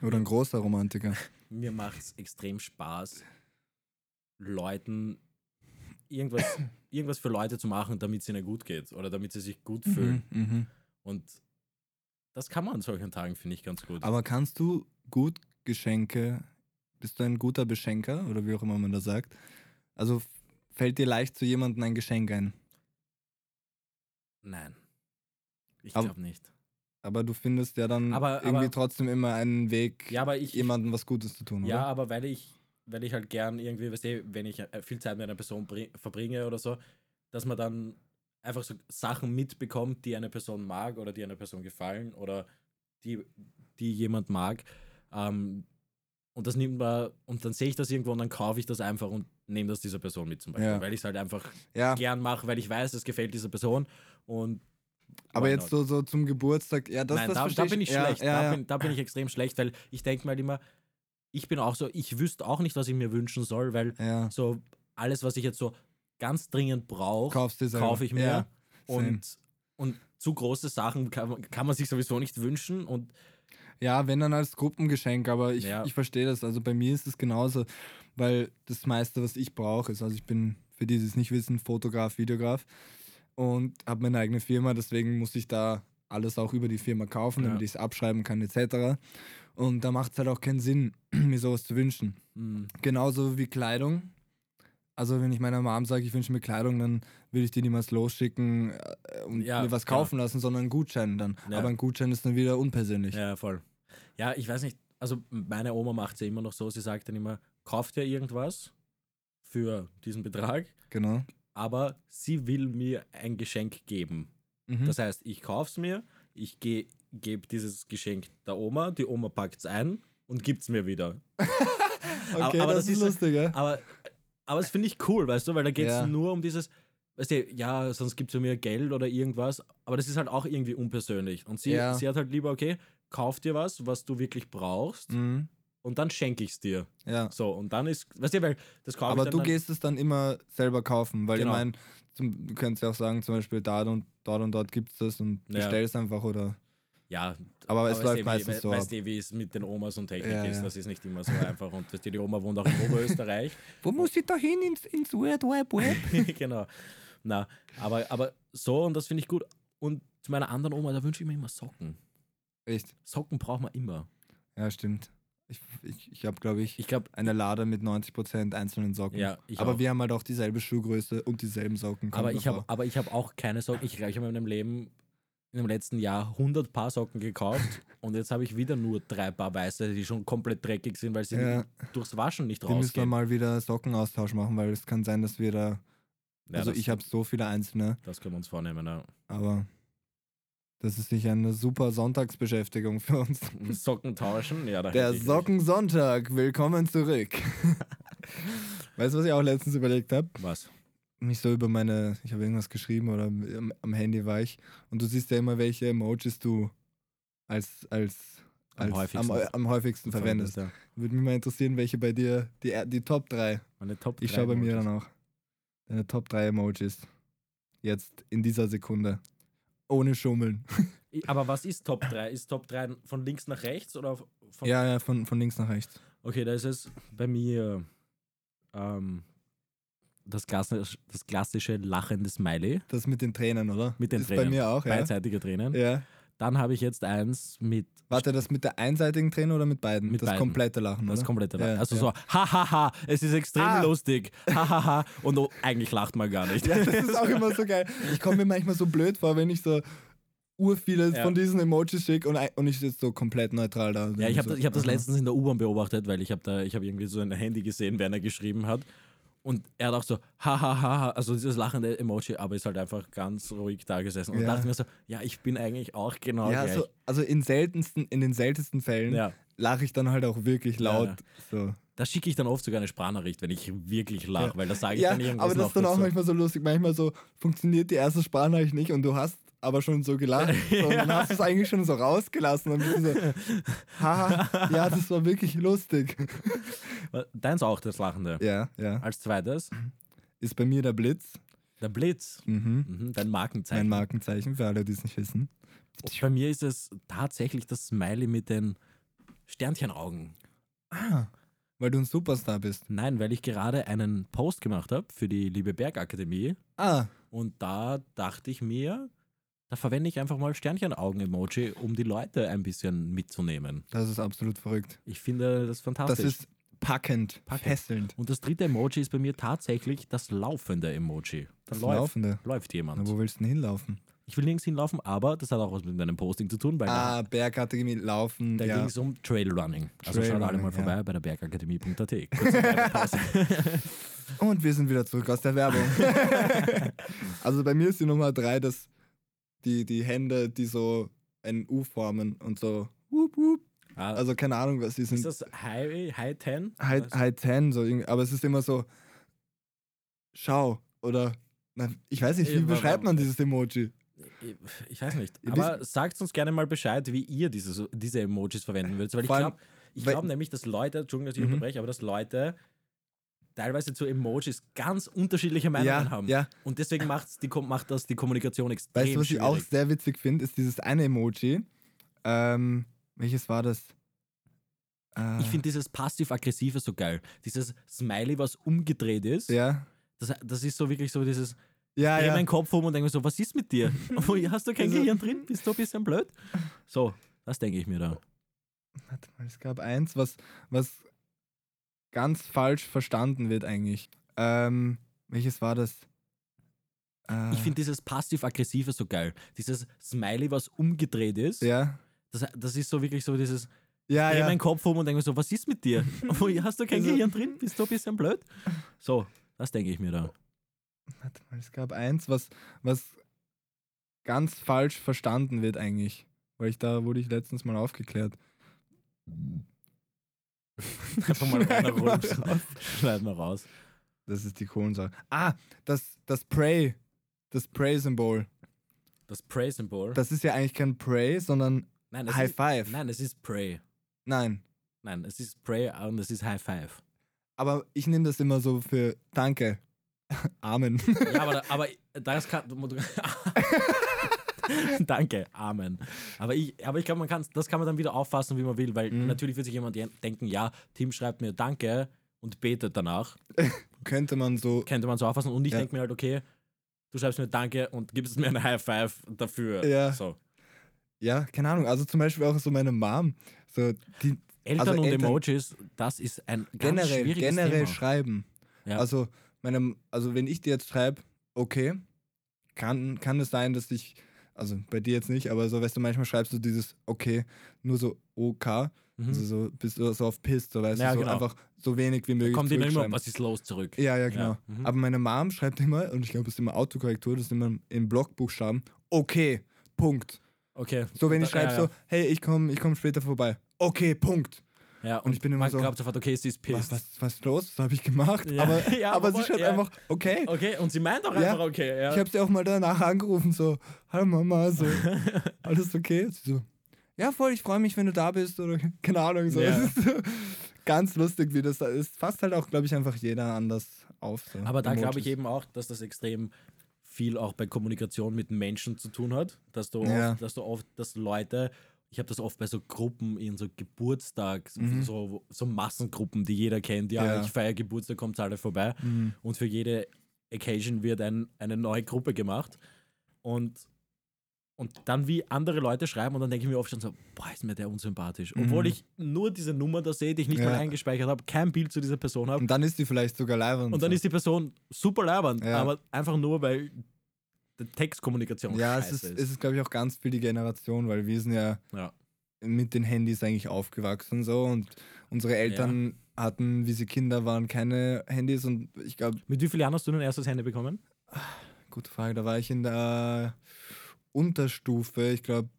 [SPEAKER 1] Oder ein großer Romantiker?
[SPEAKER 2] mir macht es extrem Spaß, Leuten irgendwas, irgendwas für Leute zu machen, damit es ihnen gut geht oder damit sie sich gut fühlen.
[SPEAKER 1] Mhm, mhm.
[SPEAKER 2] Und das kann man an solchen Tagen, finde ich, ganz gut.
[SPEAKER 1] Aber kannst du gut Geschenke, bist du ein guter Beschenker oder wie auch immer man das sagt? Also f- fällt dir leicht zu jemandem ein Geschenk ein,
[SPEAKER 2] Nein. Ich
[SPEAKER 1] Aber-
[SPEAKER 2] glaube nicht.
[SPEAKER 1] aber du findest ja dann
[SPEAKER 2] Aber-
[SPEAKER 1] irgendwie
[SPEAKER 2] aber-
[SPEAKER 1] trotzdem immer einen Weg,
[SPEAKER 2] Ja, aber ich,
[SPEAKER 1] jemandem was Gutes zu tun,
[SPEAKER 2] Ja,
[SPEAKER 1] oder?
[SPEAKER 2] aber weil ich, weil ich halt gern irgendwie, weißt du, wenn ich äh, viel Zeit mit einer Person bri- verbringe oder so, dass man dann einfach so Sachen mitbekommt, die eine Person mag oder die einer Person gefallen oder die, die jemand mag. Ähm, und das nimmt man, und dann sehe ich das irgendwo und dann kaufe ich das einfach und nehme das dieser Person mit zum Beispiel.
[SPEAKER 1] Ja. Ah.
[SPEAKER 2] Weil ich es halt einfach
[SPEAKER 1] Ja,
[SPEAKER 2] gern mache, weil ich weiß, es gefällt dieser Person. Und
[SPEAKER 1] aber
[SPEAKER 2] why
[SPEAKER 1] jetzt
[SPEAKER 2] not?
[SPEAKER 1] so, so zum Geburtstag, ja, das,
[SPEAKER 2] Nein,
[SPEAKER 1] das
[SPEAKER 2] da, da
[SPEAKER 1] versteh
[SPEAKER 2] bin ich
[SPEAKER 1] ja,
[SPEAKER 2] schlecht.
[SPEAKER 1] Ja,
[SPEAKER 2] da,
[SPEAKER 1] ja.
[SPEAKER 2] Bin, da bin ich extrem schlecht, weil ich denke mal immer, ich bin auch so, ich wüsste auch nicht, was ich mir wünschen soll, weil
[SPEAKER 1] ja.
[SPEAKER 2] so alles, was ich jetzt so ganz dringend brauche,
[SPEAKER 1] Kaufst dir selber.
[SPEAKER 2] kaufe ich mir.
[SPEAKER 1] Ja, same.
[SPEAKER 2] und, und zu große Sachen kann, man- kann man sich sowieso nicht wünschen. Und
[SPEAKER 1] Ja, wenn dann als Gruppengeschenk, aber ich,
[SPEAKER 2] Ja.
[SPEAKER 1] ich verstehe das. Also bei mir ist es genauso, weil das meiste, was ich brauche, ist, also ich bin, für die, die es nicht wissen, Fotograf, Videograf und habe meine eigene Firma, deswegen muss ich da alles auch über die Firma kaufen,
[SPEAKER 2] Ja.
[SPEAKER 1] damit ich es abschreiben kann, etc. Und da macht es halt auch keinen Sinn, mir sowas zu wünschen.
[SPEAKER 2] mh,
[SPEAKER 1] Genauso wie Kleidung. Also wenn ich meiner Mom sage, ich wünsche mir Kleidung, dann würde ich die niemals losschicken äh, und
[SPEAKER 2] Ja,
[SPEAKER 1] mir was
[SPEAKER 2] genau.
[SPEAKER 1] kaufen lassen, sondern einen Gutschein dann.
[SPEAKER 2] Ja.
[SPEAKER 1] Aber ein Gutschein ist dann wieder unpersönlich.
[SPEAKER 2] ja, voll. Ja, ich weiß nicht, also meine Oma macht es ja immer noch so, sie sagt dann immer, kauft ihr irgendwas für diesen Betrag,
[SPEAKER 1] Genau.
[SPEAKER 2] aber sie will mir ein Geschenk geben.
[SPEAKER 1] Mhm.
[SPEAKER 2] Das heißt, ich kaufe es mir, ich ge gebe dieses Geschenk der Oma, die Oma packt es ein und gibt es mir wieder.
[SPEAKER 1] Okay,
[SPEAKER 2] aber
[SPEAKER 1] das,
[SPEAKER 2] das
[SPEAKER 1] ist
[SPEAKER 2] ist-
[SPEAKER 1] lustig, ja?
[SPEAKER 2] Aber, aber das finde ich cool, weißt du, weil da geht es
[SPEAKER 1] Ja.
[SPEAKER 2] nur um dieses, weißt du, ja, sonst gibt es mir Geld oder irgendwas, aber das ist halt auch irgendwie unpersönlich. Und sie,
[SPEAKER 1] Ja.
[SPEAKER 2] sie hat halt lieber, okay, kauf dir was, was du wirklich brauchst
[SPEAKER 1] Mhm.
[SPEAKER 2] und dann schenke ich es dir.
[SPEAKER 1] Ja.
[SPEAKER 2] So, und dann ist, weißt du, weil das kaufe
[SPEAKER 1] Aber
[SPEAKER 2] ich dann
[SPEAKER 1] du
[SPEAKER 2] dann,
[SPEAKER 1] gehst es dann immer selber kaufen, weil
[SPEAKER 2] Genau.
[SPEAKER 1] ich meine, du könntest ja auch sagen, zum Beispiel da und dort und dort gibt es das und
[SPEAKER 2] Ja.
[SPEAKER 1] bestellst einfach oder.
[SPEAKER 2] Ja,
[SPEAKER 1] Aber es
[SPEAKER 2] weißt
[SPEAKER 1] läuft
[SPEAKER 2] eh, wie-
[SPEAKER 1] meistens
[SPEAKER 2] we-
[SPEAKER 1] so ab.
[SPEAKER 2] Weißt du, wie es mit den Omas und Technik
[SPEAKER 1] Ja,
[SPEAKER 2] ist,
[SPEAKER 1] ja.
[SPEAKER 2] das ist nicht immer so einfach. Und weißt du, die Oma wohnt auch in Oberösterreich.
[SPEAKER 1] Wo muss ich da hin ins, ins World Wide Web?
[SPEAKER 2] genau. Na, aber, aber so und das finde ich gut. Und zu meiner anderen Oma, da wünsche ich mir immer Socken.
[SPEAKER 1] Echt?
[SPEAKER 2] Socken braucht man immer.
[SPEAKER 1] Ja, stimmt. Ich, ich, ich habe, glaube ich,
[SPEAKER 2] Ich glaube,
[SPEAKER 1] eine Lade mit 90% einzelnen Socken.
[SPEAKER 2] ja, ich
[SPEAKER 1] aber
[SPEAKER 2] auch.
[SPEAKER 1] wir haben halt auch dieselbe Schuhgröße und dieselben Socken.
[SPEAKER 2] aber
[SPEAKER 1] kommt
[SPEAKER 2] ich
[SPEAKER 1] noch
[SPEAKER 2] habe
[SPEAKER 1] vor.
[SPEAKER 2] aber ich habe auch keine Socken. Ich glaube, ich habe in meinem Leben in dem letzten Jahr 100 Paar Socken gekauft und jetzt habe ich wieder nur drei Paar weiße, die schon komplett dreckig sind, weil sie
[SPEAKER 1] Ja.
[SPEAKER 2] durchs Waschen nicht
[SPEAKER 1] Wir müssen wir
[SPEAKER 2] rausgehen.
[SPEAKER 1] mal wieder Sockenaustausch machen, weil es kann sein, dass wir da.
[SPEAKER 2] Ja,
[SPEAKER 1] also,
[SPEAKER 2] das,
[SPEAKER 1] ich habe so viele einzelne.
[SPEAKER 2] das können wir uns vornehmen. Ja.
[SPEAKER 1] Aber das ist sicher eine super Sonntagsbeschäftigung für uns.
[SPEAKER 2] Socken tauschen, ja. da
[SPEAKER 1] Der
[SPEAKER 2] hätte ich-
[SPEAKER 1] Sockensonntag, willkommen zurück. weißt du, was ich auch letztens überlegt habe?
[SPEAKER 2] Was?
[SPEAKER 1] Mich so über meine, ich habe irgendwas geschrieben oder am, am Handy war ich und du siehst ja immer, welche Emojis du als, als,
[SPEAKER 2] Am
[SPEAKER 1] als
[SPEAKER 2] häufigsten
[SPEAKER 1] am, am häufigsten verwendest.
[SPEAKER 2] ja.
[SPEAKER 1] Würde mich mal interessieren, welche bei dir, die, die Top 3.
[SPEAKER 2] Meine Top
[SPEAKER 1] Ich
[SPEAKER 2] drei
[SPEAKER 1] schaue bei mir
[SPEAKER 2] Emojis.
[SPEAKER 1] dann auch. Deine Top 3 Emojis. Jetzt, in dieser Sekunde. Ohne Schummeln.
[SPEAKER 2] I- Aber was ist Top 3? Ist Top 3 von links nach rechts oder f- von.
[SPEAKER 1] Ja, ja, von, von links nach rechts.
[SPEAKER 2] Okay, da ist es bei mir ähm, das, klassische, das klassische lachende Smiley.
[SPEAKER 1] Das mit den Tränen, oder?
[SPEAKER 2] Mit den
[SPEAKER 1] ist
[SPEAKER 2] Tränen.
[SPEAKER 1] bei mir auch, ja.
[SPEAKER 2] Beidseitige Tränen.
[SPEAKER 1] ja.
[SPEAKER 2] Dann habe ich jetzt eins mit
[SPEAKER 1] Warte, das mit der einseitigen Träne oder mit beiden?
[SPEAKER 2] Mit
[SPEAKER 1] das
[SPEAKER 2] beiden.
[SPEAKER 1] komplette Lachen,
[SPEAKER 2] das
[SPEAKER 1] oder?
[SPEAKER 2] komplette.
[SPEAKER 1] Mhm. Ja,
[SPEAKER 2] also
[SPEAKER 1] ja.
[SPEAKER 2] so, hahaha, es ist extrem
[SPEAKER 1] Ah.
[SPEAKER 2] lustig. Hahaha. Und oh, eigentlich lacht man gar nicht.
[SPEAKER 1] Ja, das ist auch immer so geil. Ich komme mir manchmal so blöd vor, wenn ich so ur viele
[SPEAKER 2] Ja.
[SPEAKER 1] von diesen Emojis schicke und, ein- und ich sitze so komplett neutral da.
[SPEAKER 2] Ja, ich habe
[SPEAKER 1] so,
[SPEAKER 2] das, ich hab das
[SPEAKER 1] aha.
[SPEAKER 2] letztens in der U-Bahn beobachtet, weil ich habe da, ich habe irgendwie so ein Handy gesehen, wer er geschrieben hat. Und er hat auch so, hahaha, also dieses lachende Emoji, aber ist halt einfach ganz ruhig da gesessen. Und
[SPEAKER 1] Ja.
[SPEAKER 2] dachte mir so, ja, ich bin eigentlich auch genau
[SPEAKER 1] Ja,
[SPEAKER 2] gleich.
[SPEAKER 1] so, also in, seltensten, in den seltensten Fällen
[SPEAKER 2] ja.
[SPEAKER 1] lache ich dann halt auch wirklich
[SPEAKER 2] Ja,
[SPEAKER 1] laut. So.
[SPEAKER 2] Da schicke ich dann oft sogar eine Sprachnachricht, wenn ich wirklich lache, weil da sage ich
[SPEAKER 1] Ja,
[SPEAKER 2] dann irgendwas
[SPEAKER 1] aber das ist
[SPEAKER 2] noch
[SPEAKER 1] dann auch
[SPEAKER 2] dazu.
[SPEAKER 1] manchmal so lustig. Manchmal so funktioniert die erste Sprachnachricht nicht und du hast aber schon so gelacht. Und dann hast du es eigentlich schon so rausgelassen und bin so, haha, ja, das war wirklich lustig.
[SPEAKER 2] Deins auch, das Lachende.
[SPEAKER 1] Ja, ja.
[SPEAKER 2] Als zweites,
[SPEAKER 1] Ist bei mir der Blitz.
[SPEAKER 2] der Blitz.
[SPEAKER 1] Mhm.
[SPEAKER 2] Mhm, dein
[SPEAKER 1] Mein
[SPEAKER 2] Markenzeichen.
[SPEAKER 1] Markenzeichen, für alle, die es nicht wissen.
[SPEAKER 2] Und bei mir ist es tatsächlich das Smiley mit den Sternchenaugen.
[SPEAKER 1] Weil du ein Superstar bist.
[SPEAKER 2] Nein, weil ich gerade einen Post gemacht habe für die Liebe Bergakademie
[SPEAKER 1] Ah,
[SPEAKER 2] und da dachte ich mir, da verwende ich einfach mal Sternchenaugen-Emoji, um die Leute ein bisschen mitzunehmen.
[SPEAKER 1] das ist absolut verrückt.
[SPEAKER 2] Ich finde das fantastisch.
[SPEAKER 1] Das ist packend,
[SPEAKER 2] Packend.
[SPEAKER 1] fesselnd.
[SPEAKER 2] und das dritte Emoji ist bei mir tatsächlich das laufende Emoji. Da
[SPEAKER 1] Das
[SPEAKER 2] läuft,
[SPEAKER 1] Laufende.
[SPEAKER 2] läuft
[SPEAKER 1] Na,
[SPEAKER 2] jemand.
[SPEAKER 1] wo willst du denn hinlaufen?
[SPEAKER 2] Ich will nirgends hinlaufen, aber das hat auch was mit meinem Posting zu tun, weil
[SPEAKER 1] Ah, Bergakademie, Laufen,
[SPEAKER 2] da ging
[SPEAKER 1] ja.
[SPEAKER 2] es um Trailrunning. Also schaut alle
[SPEAKER 1] Trailrunning,
[SPEAKER 2] mal vorbei
[SPEAKER 1] ja.
[SPEAKER 2] bei der bergakademie.at. Kurze Werbepause.
[SPEAKER 1] Und wir sind wieder zurück aus der Werbung. also bei mir ist die Nummer drei, dass die, die Hände, die so ein U formen und so. Wup, wup.
[SPEAKER 2] Ah,
[SPEAKER 1] Also keine Ahnung, was die
[SPEAKER 2] ist
[SPEAKER 1] sind.
[SPEAKER 2] das High, High Ten?
[SPEAKER 1] High, High Ten, so irgendwie. Aber es ist immer so, schau oder, na, ich weiß nicht, wie
[SPEAKER 2] Ja, wa-
[SPEAKER 1] beschreibt
[SPEAKER 2] wa-
[SPEAKER 1] man dieses Emoji?
[SPEAKER 2] Ich weiß nicht.
[SPEAKER 1] Ihr
[SPEAKER 2] Aber sagt uns gerne mal Bescheid, wie ihr dieses, diese Emojis verwenden würdet. Weil ich
[SPEAKER 1] Vor allem,
[SPEAKER 2] glaube ich
[SPEAKER 1] weil-
[SPEAKER 2] glaub nämlich, dass Leute, Entschuldigung, dass ich
[SPEAKER 1] Mhm.
[SPEAKER 2] unterbreche, aber dass Leute teilweise zu Emojis ganz unterschiedliche Meinungen
[SPEAKER 1] Ja,
[SPEAKER 2] haben.
[SPEAKER 1] ja.
[SPEAKER 2] Und deswegen macht's die, Kom- macht das die Kommunikation extrem
[SPEAKER 1] Weißt du, was ich
[SPEAKER 2] schwierig.
[SPEAKER 1] auch sehr witzig finde, ist dieses eine Emoji. Ähm, welches war das? Äh,
[SPEAKER 2] Ich finde dieses passiv-aggressive so geil. Dieses Smiley, was umgedreht ist,
[SPEAKER 1] Ja.
[SPEAKER 2] das, das ist so wirklich so dieses,
[SPEAKER 1] Ja,
[SPEAKER 2] dreh
[SPEAKER 1] ja.
[SPEAKER 2] meinen Kopf um und denke mir so, was ist mit dir? Wo- Hast du kein
[SPEAKER 1] Also-
[SPEAKER 2] Gehirn drin? Bist du ein bisschen blöd? So, das denke ich mir da.
[SPEAKER 1] Warte mal, es gab eins, was, was ganz falsch verstanden wird eigentlich. Ähm, welches war das? Äh,
[SPEAKER 2] Ich finde dieses passiv-aggressive so geil. Dieses Smiley, was umgedreht ist,
[SPEAKER 1] Ja.
[SPEAKER 2] das, das ist so wirklich so dieses,
[SPEAKER 1] Ja,
[SPEAKER 2] dreh
[SPEAKER 1] ja.
[SPEAKER 2] meinen Kopf um und denke mir so, was ist mit dir? Wo- Hast du kein
[SPEAKER 1] Also-
[SPEAKER 2] Gehirn drin? Bist du ein bisschen blöd? So, das denke ich mir da.
[SPEAKER 1] Warte mal, es gab eins, was, was ganz falsch verstanden wird eigentlich. Weil ich da wurde ich letztens mal aufgeklärt.
[SPEAKER 2] Einfach mal
[SPEAKER 1] Schneid
[SPEAKER 2] runter-
[SPEAKER 1] mal
[SPEAKER 2] runter- Schneid mal raus.
[SPEAKER 1] Das ist die Kohlensäure. Ah, das, das Pray. Das Pray-Symbol.
[SPEAKER 2] Das Pray-Symbol.
[SPEAKER 1] Das ist ja eigentlich kein Pray, sondern
[SPEAKER 2] Nein, es
[SPEAKER 1] High
[SPEAKER 2] ist,
[SPEAKER 1] Five.
[SPEAKER 2] Nein, es ist Pray.
[SPEAKER 1] Nein.
[SPEAKER 2] Nein, es ist Pray und es ist High Five.
[SPEAKER 1] Aber ich nehme das immer so für Danke. Amen.
[SPEAKER 2] Ja, aber, da- aber das kann. Danke, Amen. Aber ich, aber ich glaube, man kann, das kann man dann wieder auffassen, wie man will, weil
[SPEAKER 1] Mhm.
[SPEAKER 2] natürlich wird sich jemand je- denken, ja, Tim schreibt mir Danke und betet danach.
[SPEAKER 1] Könnte man so.
[SPEAKER 2] Könnte man so auffassen. Und ich
[SPEAKER 1] Ja.
[SPEAKER 2] denke mir halt, okay, du schreibst mir Danke und gibst mir ein High Five dafür.
[SPEAKER 1] Ja.
[SPEAKER 2] So.
[SPEAKER 1] Ja, keine Ahnung. Also zum Beispiel auch so meine Mom. So die
[SPEAKER 2] Eltern
[SPEAKER 1] Also
[SPEAKER 2] und
[SPEAKER 1] Eltern-
[SPEAKER 2] Emojis, das ist ein ganz
[SPEAKER 1] generell,
[SPEAKER 2] schwieriges
[SPEAKER 1] generell
[SPEAKER 2] Thema.
[SPEAKER 1] schreiben.
[SPEAKER 2] Ja.
[SPEAKER 1] Also, meine, also wenn ich dir jetzt schreibe, okay, kann, kann es sein, dass ich, also bei dir jetzt nicht, aber so, weißt du, manchmal schreibst du dieses okay, nur so OK, also
[SPEAKER 2] Mhm.
[SPEAKER 1] so bist du so auf Piss, so weißt
[SPEAKER 2] Ja,
[SPEAKER 1] du, so
[SPEAKER 2] genau.
[SPEAKER 1] einfach so wenig wie möglich.
[SPEAKER 2] Kommt ihnen immer,
[SPEAKER 1] zurückschreiben.
[SPEAKER 2] was ist los zurück?
[SPEAKER 1] Ja, ja, genau.
[SPEAKER 2] Ja, mhm.
[SPEAKER 1] Aber meine Mom schreibt immer, und ich glaube, es ist immer Autokorrektur, das ist immer im Blockbuchstaben, okay, Punkt.
[SPEAKER 2] Okay.
[SPEAKER 1] So, wenn ich
[SPEAKER 2] Da- ja,
[SPEAKER 1] schreibe so, hey, ich komme ich komm später vorbei. Okay, Punkt.
[SPEAKER 2] Ja, und,
[SPEAKER 1] ich bin immer
[SPEAKER 2] man
[SPEAKER 1] so-
[SPEAKER 2] glaubt sofort, okay, sie ist
[SPEAKER 1] Was,
[SPEAKER 2] pissed.
[SPEAKER 1] was, was ist los? Was habe ich gemacht?
[SPEAKER 2] Ja,
[SPEAKER 1] aber
[SPEAKER 2] ja,
[SPEAKER 1] aber
[SPEAKER 2] aber-
[SPEAKER 1] sie schreibt
[SPEAKER 2] ja.
[SPEAKER 1] einfach, okay.
[SPEAKER 2] Okay, und sie meint auch
[SPEAKER 1] Ja.
[SPEAKER 2] einfach, okay, ja.
[SPEAKER 1] Ich habe sie auch mal danach angerufen, so, hallo Mama, so, alles okay? Sie so, ja, voll, ich freue mich, wenn du da bist oder keine Ahnung. So.
[SPEAKER 2] Ja.
[SPEAKER 1] Es ist so ganz lustig, wie das da ist. Fasst halt auch, glaube ich, einfach jeder anders auf. So.
[SPEAKER 2] Aber da glaube ich
[SPEAKER 1] Emojis.
[SPEAKER 2] eben auch, dass das extrem viel auch bei Kommunikation mit Menschen zu tun hat, dass du
[SPEAKER 1] Ja.
[SPEAKER 2] oft, dass du oft, dass Leute, ich habe das oft bei so Gruppen in so Geburtstag,
[SPEAKER 1] Mhm.
[SPEAKER 2] so, so Massengruppen, die jeder kennt, ja,
[SPEAKER 1] Ja.
[SPEAKER 2] ich feiere Geburtstag, kommt alle vorbei
[SPEAKER 1] Mhm.
[SPEAKER 2] und für jede Occasion wird ein, eine neue Gruppe gemacht und und dann wie andere Leute schreiben und dann denke ich mir oft schon so, boah, ist mir der unsympathisch. Obwohl
[SPEAKER 1] Mhm.
[SPEAKER 2] ich nur diese Nummer da sehe, die ich nicht
[SPEAKER 1] Ja.
[SPEAKER 2] mal eingespeichert habe, kein Bild zu dieser Person habe.
[SPEAKER 1] Und dann ist die vielleicht sogar live.
[SPEAKER 2] Und dann ist die Person super labernd,
[SPEAKER 1] Ja.
[SPEAKER 2] aber einfach nur, weil die Textkommunikation
[SPEAKER 1] Ja, es
[SPEAKER 2] scheiße
[SPEAKER 1] ist, es ist glaube ich, auch ganz viel die Generation, weil wir sind ja
[SPEAKER 2] Ja.
[SPEAKER 1] mit den Handys eigentlich aufgewachsen so und unsere Eltern hatten, wie sie Kinder waren, keine Handys und ich glaube,
[SPEAKER 2] Mit wie vielen Jahren hast du dein erstes Handy bekommen?
[SPEAKER 1] gute Frage, da war ich in der Unterstufe, ich glaube,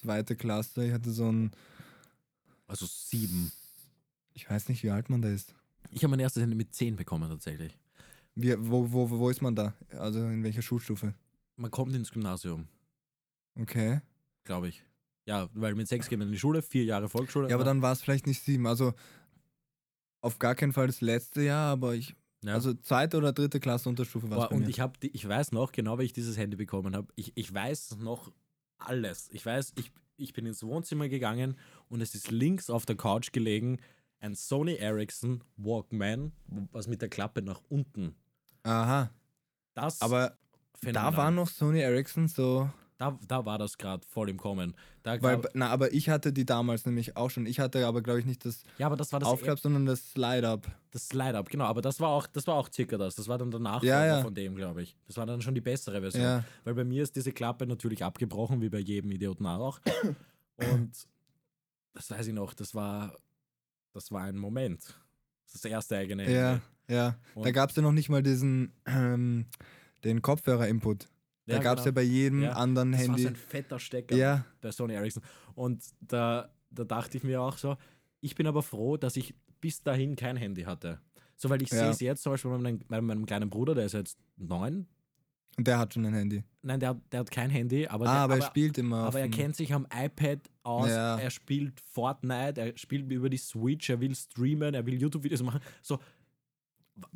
[SPEAKER 1] zweite Klasse, ich hatte so ein,
[SPEAKER 2] Also sieben.
[SPEAKER 1] ich weiß nicht, wie alt man da ist.
[SPEAKER 2] Ich habe mein erstes Handy mit zehn bekommen tatsächlich.
[SPEAKER 1] Wie, wo, wo, wo ist man da? Also in welcher Schulstufe?
[SPEAKER 2] Man kommt ins Gymnasium.
[SPEAKER 1] Okay.
[SPEAKER 2] glaube ich. Ja, weil mit sechs geht man in die Schule, vier Jahre Volksschule.
[SPEAKER 1] Ja, aber dann war es vielleicht nicht sieben. Also auf gar keinen Fall das letzte Jahr, aber ich.
[SPEAKER 2] Ja.
[SPEAKER 1] Also zweite oder dritte Klasse Unterstufe war es
[SPEAKER 2] Boah,
[SPEAKER 1] bei
[SPEAKER 2] und
[SPEAKER 1] mir.
[SPEAKER 2] ich habe, ich weiß noch genau, wie ich dieses Handy bekommen habe. Ich, ich weiß noch alles. Ich weiß, ich, ich bin ins Wohnzimmer gegangen und es ist links auf der Couch gelegen ein Sony Ericsson Walkman, was mit der Klappe nach unten.
[SPEAKER 1] Aha.
[SPEAKER 2] Das
[SPEAKER 1] Aber da
[SPEAKER 2] Phänomenal.
[SPEAKER 1] war noch Sony Ericsson so.
[SPEAKER 2] da, da war das gerade voll im Kommen. Da
[SPEAKER 1] Weil,
[SPEAKER 2] glaub,
[SPEAKER 1] na, aber ich hatte die damals nämlich auch schon. Ich hatte aber, glaube ich, nicht das,
[SPEAKER 2] ja, aber das eh- war das,
[SPEAKER 1] Aufklapp, sondern das Slide-Up.
[SPEAKER 2] das Slide-Up, genau. Aber das war auch, das war auch circa das. Das war dann der Nachfolger
[SPEAKER 1] Ja, ja.
[SPEAKER 2] von dem, glaube ich. Das war dann schon die bessere Version.
[SPEAKER 1] Ja.
[SPEAKER 2] Weil bei mir ist diese Klappe natürlich abgebrochen, wie bei jedem Idioten auch. Und das weiß ich noch, das war, das war ein Moment. Das ist das erste eigene Handy.
[SPEAKER 1] Ja, ja. Da
[SPEAKER 2] Und-
[SPEAKER 1] gab es ja noch nicht mal diesen ähm, den Kopfhörer-Input. Da gab es ja bei jedem
[SPEAKER 2] genau. Ja,
[SPEAKER 1] anderen
[SPEAKER 2] das war
[SPEAKER 1] Handy.
[SPEAKER 2] so ein fetter Stecker
[SPEAKER 1] Ja.
[SPEAKER 2] bei Sony Ericsson. Und da, da dachte ich mir auch so, ich bin aber froh, dass ich bis dahin kein Handy hatte. So, weil ich
[SPEAKER 1] Ja.
[SPEAKER 2] sehe es jetzt zum Beispiel bei meinem, bei meinem kleinen Bruder, der ist jetzt neun.
[SPEAKER 1] Und der hat schon ein Handy.
[SPEAKER 2] Nein, der, hat- der hat kein Handy, aber, der,
[SPEAKER 1] ah, aber, er spielt immer. auf
[SPEAKER 2] Aber er
[SPEAKER 1] dem-
[SPEAKER 2] kennt sich am iPad aus,
[SPEAKER 1] Ja.
[SPEAKER 2] er spielt Fortnite, er spielt über die Switch, er will streamen, er will YouTube-Videos machen. So,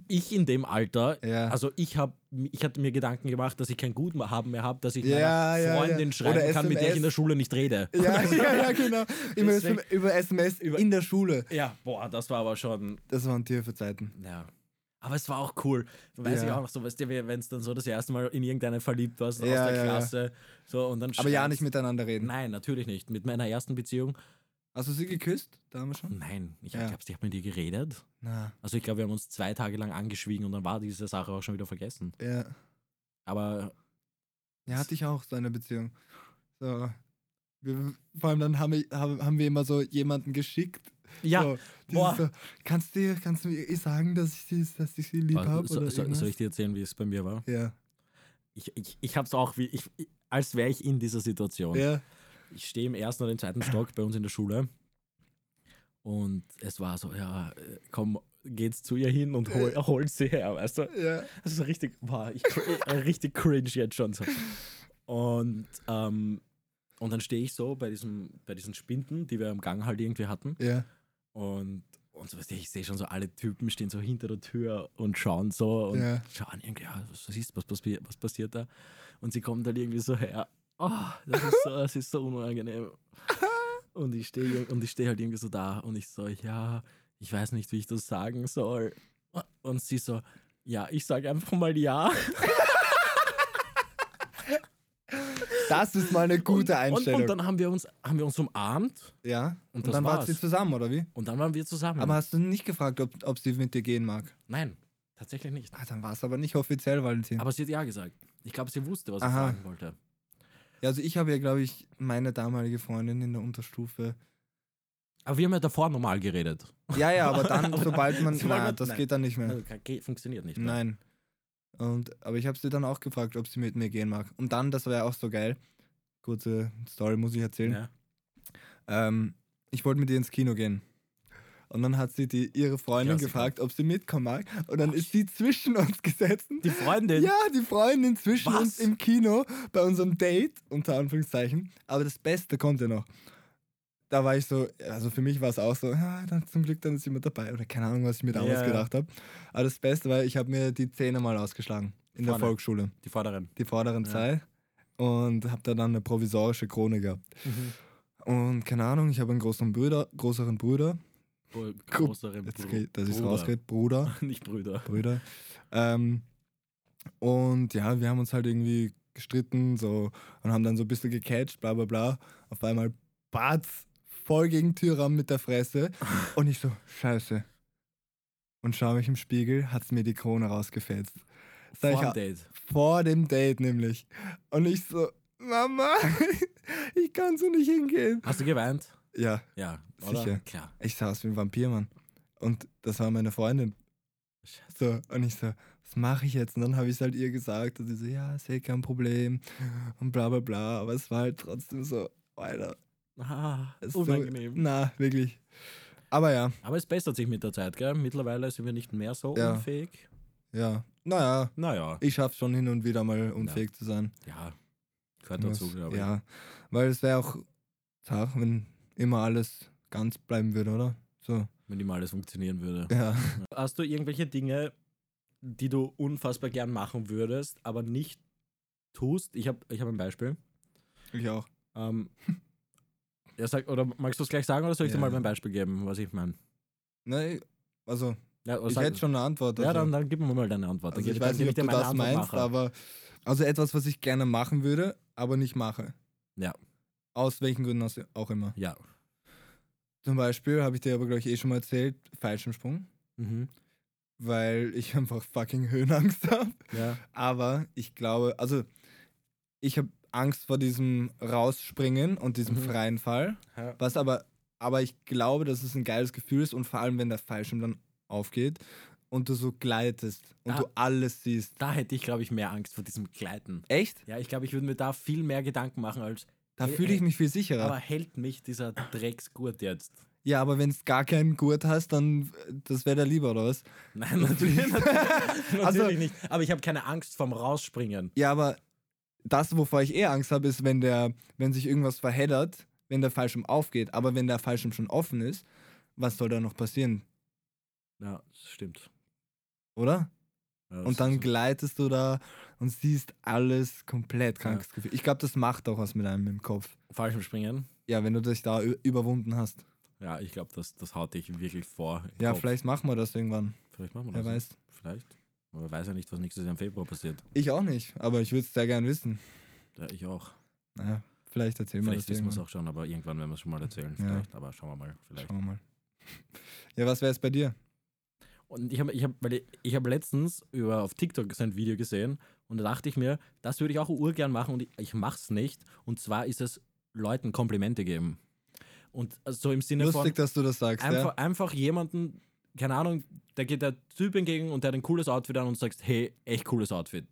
[SPEAKER 2] ich in dem Alter,
[SPEAKER 1] Ja.
[SPEAKER 2] also ich habe, ich hatte mir Gedanken gemacht, dass ich kein Guthaben mehr habe, dass ich
[SPEAKER 1] Ja,
[SPEAKER 2] meiner
[SPEAKER 1] ja, ja.
[SPEAKER 2] Freundin schreiben
[SPEAKER 1] Oder
[SPEAKER 2] kann, mit der ich in der
[SPEAKER 1] SMS.
[SPEAKER 2] Schule nicht rede.
[SPEAKER 1] ja, ja, ja, genau. Immer
[SPEAKER 2] Deswegen-
[SPEAKER 1] SM über SMS in der Schule.
[SPEAKER 2] Ja, boah, das war aber schon,
[SPEAKER 1] Das waren tiefe Zeiten.
[SPEAKER 2] ja. Aber es war auch cool. Weiß
[SPEAKER 1] Ja.
[SPEAKER 2] ich auch noch so, weißt du, wenn es dann so das erste Mal in irgendeine verliebt warst aus
[SPEAKER 1] Ja,
[SPEAKER 2] der
[SPEAKER 1] ja, ja.
[SPEAKER 2] Klasse. So, und dann
[SPEAKER 1] Aber ja,
[SPEAKER 2] schreibst-
[SPEAKER 1] nicht miteinander reden.
[SPEAKER 2] Nein, natürlich nicht. Mit meiner ersten Beziehung.
[SPEAKER 1] Hast du sie geküsst? Damals schon?
[SPEAKER 2] Nein, ich
[SPEAKER 1] Ja.
[SPEAKER 2] glaube, ich habe mit dir geredet.
[SPEAKER 1] Na,
[SPEAKER 2] Also ich glaube, wir haben uns zwei Tage lang angeschwiegen und dann war diese Sache auch schon wieder vergessen.
[SPEAKER 1] ja.
[SPEAKER 2] Aber
[SPEAKER 1] Ja, hatte ich auch so eine Beziehung. So. Wir, vor allem dann haben wir, haben haben wir immer so jemanden geschickt.
[SPEAKER 2] ja,
[SPEAKER 1] So, dieses
[SPEAKER 2] boah.
[SPEAKER 1] so, kannst du kannst du mir eh sagen, dass ich sie, dass ich sie lieb
[SPEAKER 2] Warte,
[SPEAKER 1] habe?
[SPEAKER 2] Äh, so,
[SPEAKER 1] oder
[SPEAKER 2] so,
[SPEAKER 1] irgendwas?
[SPEAKER 2] soll ich dir erzählen, wie es bei mir war?
[SPEAKER 1] Ja.
[SPEAKER 2] Ich, ich, ich habe es auch, wie, ich, ich- als wäre ich in dieser Situation.
[SPEAKER 1] Ja.
[SPEAKER 2] Ich stehe im ersten oder im zweiten Stock bei uns in der Schule und es war so, ja, äh, komm, geht's zu ihr hin und hol, hol sie her, weißt du?
[SPEAKER 1] Ja.
[SPEAKER 2] Das ist richtig, boah, ich, äh, richtig cringe jetzt schon so. Und, ähm, und dann stehe ich so bei, diesem, bei diesen Spinden, die wir im Gang halt irgendwie hatten.
[SPEAKER 1] Ja.
[SPEAKER 2] Und, und so, weißt du, ich sehe schon so, alle Typen stehen so hinter der Tür und schauen so und
[SPEAKER 1] Ja.
[SPEAKER 2] schauen irgendwie, ja, was, was ist, was, passi- was passiert da? Und sie kommen dann irgendwie so her. Oh, das ist so, das ist so unangenehm. Und ich stehe und ich stehe halt irgendwie so da und ich so, ja, ich weiß nicht, wie ich das sagen soll. Und sie so, ja, ich sage einfach mal ja.
[SPEAKER 1] Das ist mal eine gute
[SPEAKER 2] Und,
[SPEAKER 1] Einstellung.
[SPEAKER 2] und dann haben wir uns, haben wir uns umarmt
[SPEAKER 1] ja.
[SPEAKER 2] Und
[SPEAKER 1] Und,
[SPEAKER 2] das
[SPEAKER 1] dann wart
[SPEAKER 2] war's.
[SPEAKER 1] ihr zusammen, oder wie?
[SPEAKER 2] und dann waren wir zusammen.
[SPEAKER 1] Aber hast du nicht gefragt, ob, ob sie mit dir gehen mag?
[SPEAKER 2] Nein, tatsächlich nicht.
[SPEAKER 1] Ah, dann war es aber nicht offiziell, Valentin.
[SPEAKER 2] Aber sie hat ja gesagt. Ich glaube, sie wusste, was ich
[SPEAKER 1] Aha.
[SPEAKER 2] sagen wollte.
[SPEAKER 1] ja, also ich habe ja, glaube ich, meine damalige Freundin in der Unterstufe.
[SPEAKER 2] Aber wir haben ja davor normal geredet.
[SPEAKER 1] Ja, ja, aber dann, sobald man.
[SPEAKER 2] Sobald
[SPEAKER 1] na,
[SPEAKER 2] man-
[SPEAKER 1] das
[SPEAKER 2] nein.
[SPEAKER 1] geht dann nicht mehr.
[SPEAKER 2] Also, ka- geht- funktioniert nicht. Mehr.
[SPEAKER 1] Nein. Und, aber ich habe sie dann auch gefragt, ob sie mit mir gehen mag. Und dann, das war ja auch so geil. Kurze Story muss ich erzählen.
[SPEAKER 2] Ja.
[SPEAKER 1] Ähm, ich wollte mit ihr ins Kino gehen. Und dann hat sie die, ihre Freundin
[SPEAKER 2] Klassiker.
[SPEAKER 1] gefragt, ob sie mitkommen mag. Und dann ist sie zwischen uns gesessen.
[SPEAKER 2] Die Freundin.
[SPEAKER 1] Ja, die Freundin zwischen
[SPEAKER 2] Was?
[SPEAKER 1] uns im Kino bei unserem Date, unter Anführungszeichen. Aber das Beste kommt ja noch. Da war ich so, also für mich war es auch so, ja, dann zum Glück, dann ist jemand dabei. Oder keine Ahnung, was ich mir damals
[SPEAKER 2] Ja, ja.
[SPEAKER 1] gedacht habe. Aber das Beste war, ich habe mir die Zähne mal ausgeschlagen in der
[SPEAKER 2] Vorne.
[SPEAKER 1] Volksschule,
[SPEAKER 2] Die Vorderen.
[SPEAKER 1] die vorderen
[SPEAKER 2] Ja.
[SPEAKER 1] zwei. Und habe da dann eine provisorische Krone gehabt. Und keine Ahnung, ich habe einen größeren Bruder, größeren Bruder.
[SPEAKER 2] Gro-
[SPEAKER 1] Gru-
[SPEAKER 2] Größere
[SPEAKER 1] Jetzt
[SPEAKER 2] Bru-
[SPEAKER 1] geht, dass ich
[SPEAKER 2] Bruder.
[SPEAKER 1] rausgeht, Bruder.
[SPEAKER 2] Nicht Brüder.
[SPEAKER 1] Brüder. Ähm, und ja, wir haben uns halt irgendwie gestritten so und haben dann so ein bisschen gecatcht, bla bla bla. Auf einmal Batz voll gegen Türrahmen mit der Fresse. Und ich so, scheiße. Und schaue mich im Spiegel, hat's mir die Krone rausgefetzt. Sag ich,
[SPEAKER 2] Vor dem
[SPEAKER 1] "Ah,
[SPEAKER 2] Date.
[SPEAKER 1] vor dem Date nämlich. Und ich so, Mama, ich kann so nicht hingehen.
[SPEAKER 2] Hast du geweint?
[SPEAKER 1] Ja,
[SPEAKER 2] Ja. Oder?
[SPEAKER 1] Sicher.
[SPEAKER 2] Klar.
[SPEAKER 1] ich saß wie ein Vampir, Mann. Und das war meine Freundin.
[SPEAKER 2] Scheiße.
[SPEAKER 1] So, und ich so, was mache ich jetzt? Und dann habe ich es halt ihr gesagt und sie so, ja, ist eh kein Problem und bla bla bla. Aber es war halt trotzdem so, Alter,
[SPEAKER 2] Ah,
[SPEAKER 1] es ist So,
[SPEAKER 2] unangenehm.
[SPEAKER 1] na, wirklich. Aber ja,
[SPEAKER 2] Aber es bessert sich mit der Zeit, gell? Mittlerweile sind wir nicht mehr so
[SPEAKER 1] Ja.
[SPEAKER 2] unfähig.
[SPEAKER 1] ja. Naja,
[SPEAKER 2] Naja.
[SPEAKER 1] ich schaffe schon hin und wieder mal unfähig zu um sein.
[SPEAKER 2] Ja. Gehört dazu,
[SPEAKER 1] Was-
[SPEAKER 2] glaube ich.
[SPEAKER 1] Ja, weil es wäre auch Tag, wenn immer alles ganz bleiben würde, oder? So,
[SPEAKER 2] Wenn ihm alles funktionieren würde.
[SPEAKER 1] ja.
[SPEAKER 2] Hast du irgendwelche Dinge, die du unfassbar gern machen würdest, aber nicht tust? Ich habe ich hab ein Beispiel.
[SPEAKER 1] Ich auch.
[SPEAKER 2] Ähm, ja, sag, oder magst du es gleich sagen oder soll ich dir
[SPEAKER 1] Ja.
[SPEAKER 2] mal mein Beispiel geben, was ich meine?
[SPEAKER 1] Nein, also,
[SPEAKER 2] Ja, oder
[SPEAKER 1] ich
[SPEAKER 2] sag-
[SPEAKER 1] hätte schon eine Antwort.
[SPEAKER 2] ja
[SPEAKER 1] also.
[SPEAKER 2] dann, dann gib mir mal deine Antwort.
[SPEAKER 1] Also
[SPEAKER 2] dann
[SPEAKER 1] ich
[SPEAKER 2] dann
[SPEAKER 1] weiß nicht, ob
[SPEAKER 2] gebe
[SPEAKER 1] du
[SPEAKER 2] dir meine
[SPEAKER 1] das
[SPEAKER 2] Antwort
[SPEAKER 1] meinst,
[SPEAKER 2] nachher.
[SPEAKER 1] aber also etwas, was ich gerne machen würde, aber nicht mache.
[SPEAKER 2] Ja.
[SPEAKER 1] Aus welchen Gründen aus- auch immer.
[SPEAKER 2] Ja.
[SPEAKER 1] Zum Beispiel habe ich dir aber, glaube ich, eh schon mal erzählt, Fallschirmsprung,
[SPEAKER 2] Mhm.
[SPEAKER 1] weil ich einfach fucking Höhenangst habe.
[SPEAKER 2] Ja.
[SPEAKER 1] Aber ich glaube, also ich habe Angst vor diesem Rausspringen und diesem
[SPEAKER 2] Mhm.
[SPEAKER 1] freien Fall.
[SPEAKER 2] Ja.
[SPEAKER 1] Was aber, aber ich glaube, dass es ein geiles Gefühl ist und vor allem, wenn der Fallschirm dann aufgeht und du so gleitest und
[SPEAKER 2] Ah.
[SPEAKER 1] du alles siehst.
[SPEAKER 2] Da hätte ich, glaube ich, mehr Angst vor diesem Gleiten.
[SPEAKER 1] Echt?
[SPEAKER 2] Ja, ich glaube, ich würde mir da viel mehr Gedanken machen als,
[SPEAKER 1] Da
[SPEAKER 2] Äh,
[SPEAKER 1] fühle ich
[SPEAKER 2] äh,
[SPEAKER 1] mich viel sicherer.
[SPEAKER 2] aber hält mich dieser Drecksgurt jetzt?
[SPEAKER 1] Ja, aber wenn es gar keinen Gurt hast, dann äh, das wäre der lieber, oder was?
[SPEAKER 2] Nein, natürlich, natürlich,
[SPEAKER 1] Also-
[SPEAKER 2] natürlich nicht. Aber ich habe keine Angst vom Rausspringen.
[SPEAKER 1] Ja, aber das, wovor ich eher Angst habe, ist, wenn der, wenn sich irgendwas verheddert, wenn der Fallschirm aufgeht. Aber wenn der Fallschirm schon offen ist, was soll da noch passieren,
[SPEAKER 2] Ja, das stimmt.
[SPEAKER 1] oder?
[SPEAKER 2] Ja, das
[SPEAKER 1] Und dann
[SPEAKER 2] ist-
[SPEAKER 1] gleitest du da und siehst alles komplett krankes Gefühl. Ich glaube, das macht auch was mit einem im Kopf.
[SPEAKER 2] Fallschirmspringen?
[SPEAKER 1] Ja, wenn du dich da ü- überwunden hast.
[SPEAKER 2] Ja, ich glaube, das, das haut dich wirklich vor. im
[SPEAKER 1] Ja,
[SPEAKER 2] Kopf.
[SPEAKER 1] vielleicht machen wir das irgendwann.
[SPEAKER 2] Vielleicht machen wir
[SPEAKER 1] Wer
[SPEAKER 2] das.
[SPEAKER 1] weiß.
[SPEAKER 2] Vielleicht. Aber weiß ja nicht, was nächstes Jahr im Februar passiert.
[SPEAKER 1] Ich auch nicht, aber ich würde es sehr gern wissen.
[SPEAKER 2] Ja, ich auch.
[SPEAKER 1] Naja, vielleicht erzählen wir
[SPEAKER 2] Vielleicht
[SPEAKER 1] das
[SPEAKER 2] wissen wir
[SPEAKER 1] irgendwann.
[SPEAKER 2] es auch schon, aber irgendwann werden wir es schon mal erzählen.
[SPEAKER 1] Ja.
[SPEAKER 2] Vielleicht, aber schauen wir mal. Vielleicht.
[SPEAKER 1] Schauen wir mal. Ja, was wäre es bei dir?
[SPEAKER 2] Und ich habe ich hab, weil ich, ich hab letztens über, auf TikTok so ein Video gesehen und da dachte ich mir, das würde ich auch urgern machen und ich, ich mache es nicht. Und zwar ist es Leuten Komplimente geben. Und also so im Sinne von.
[SPEAKER 1] Lustig, dass du das sagst.
[SPEAKER 2] einfach,
[SPEAKER 1] Ja?
[SPEAKER 2] einfach jemanden, keine Ahnung, da geht der Typ entgegen und der hat ein cooles Outfit an und sagst, hey, echt cooles Outfit.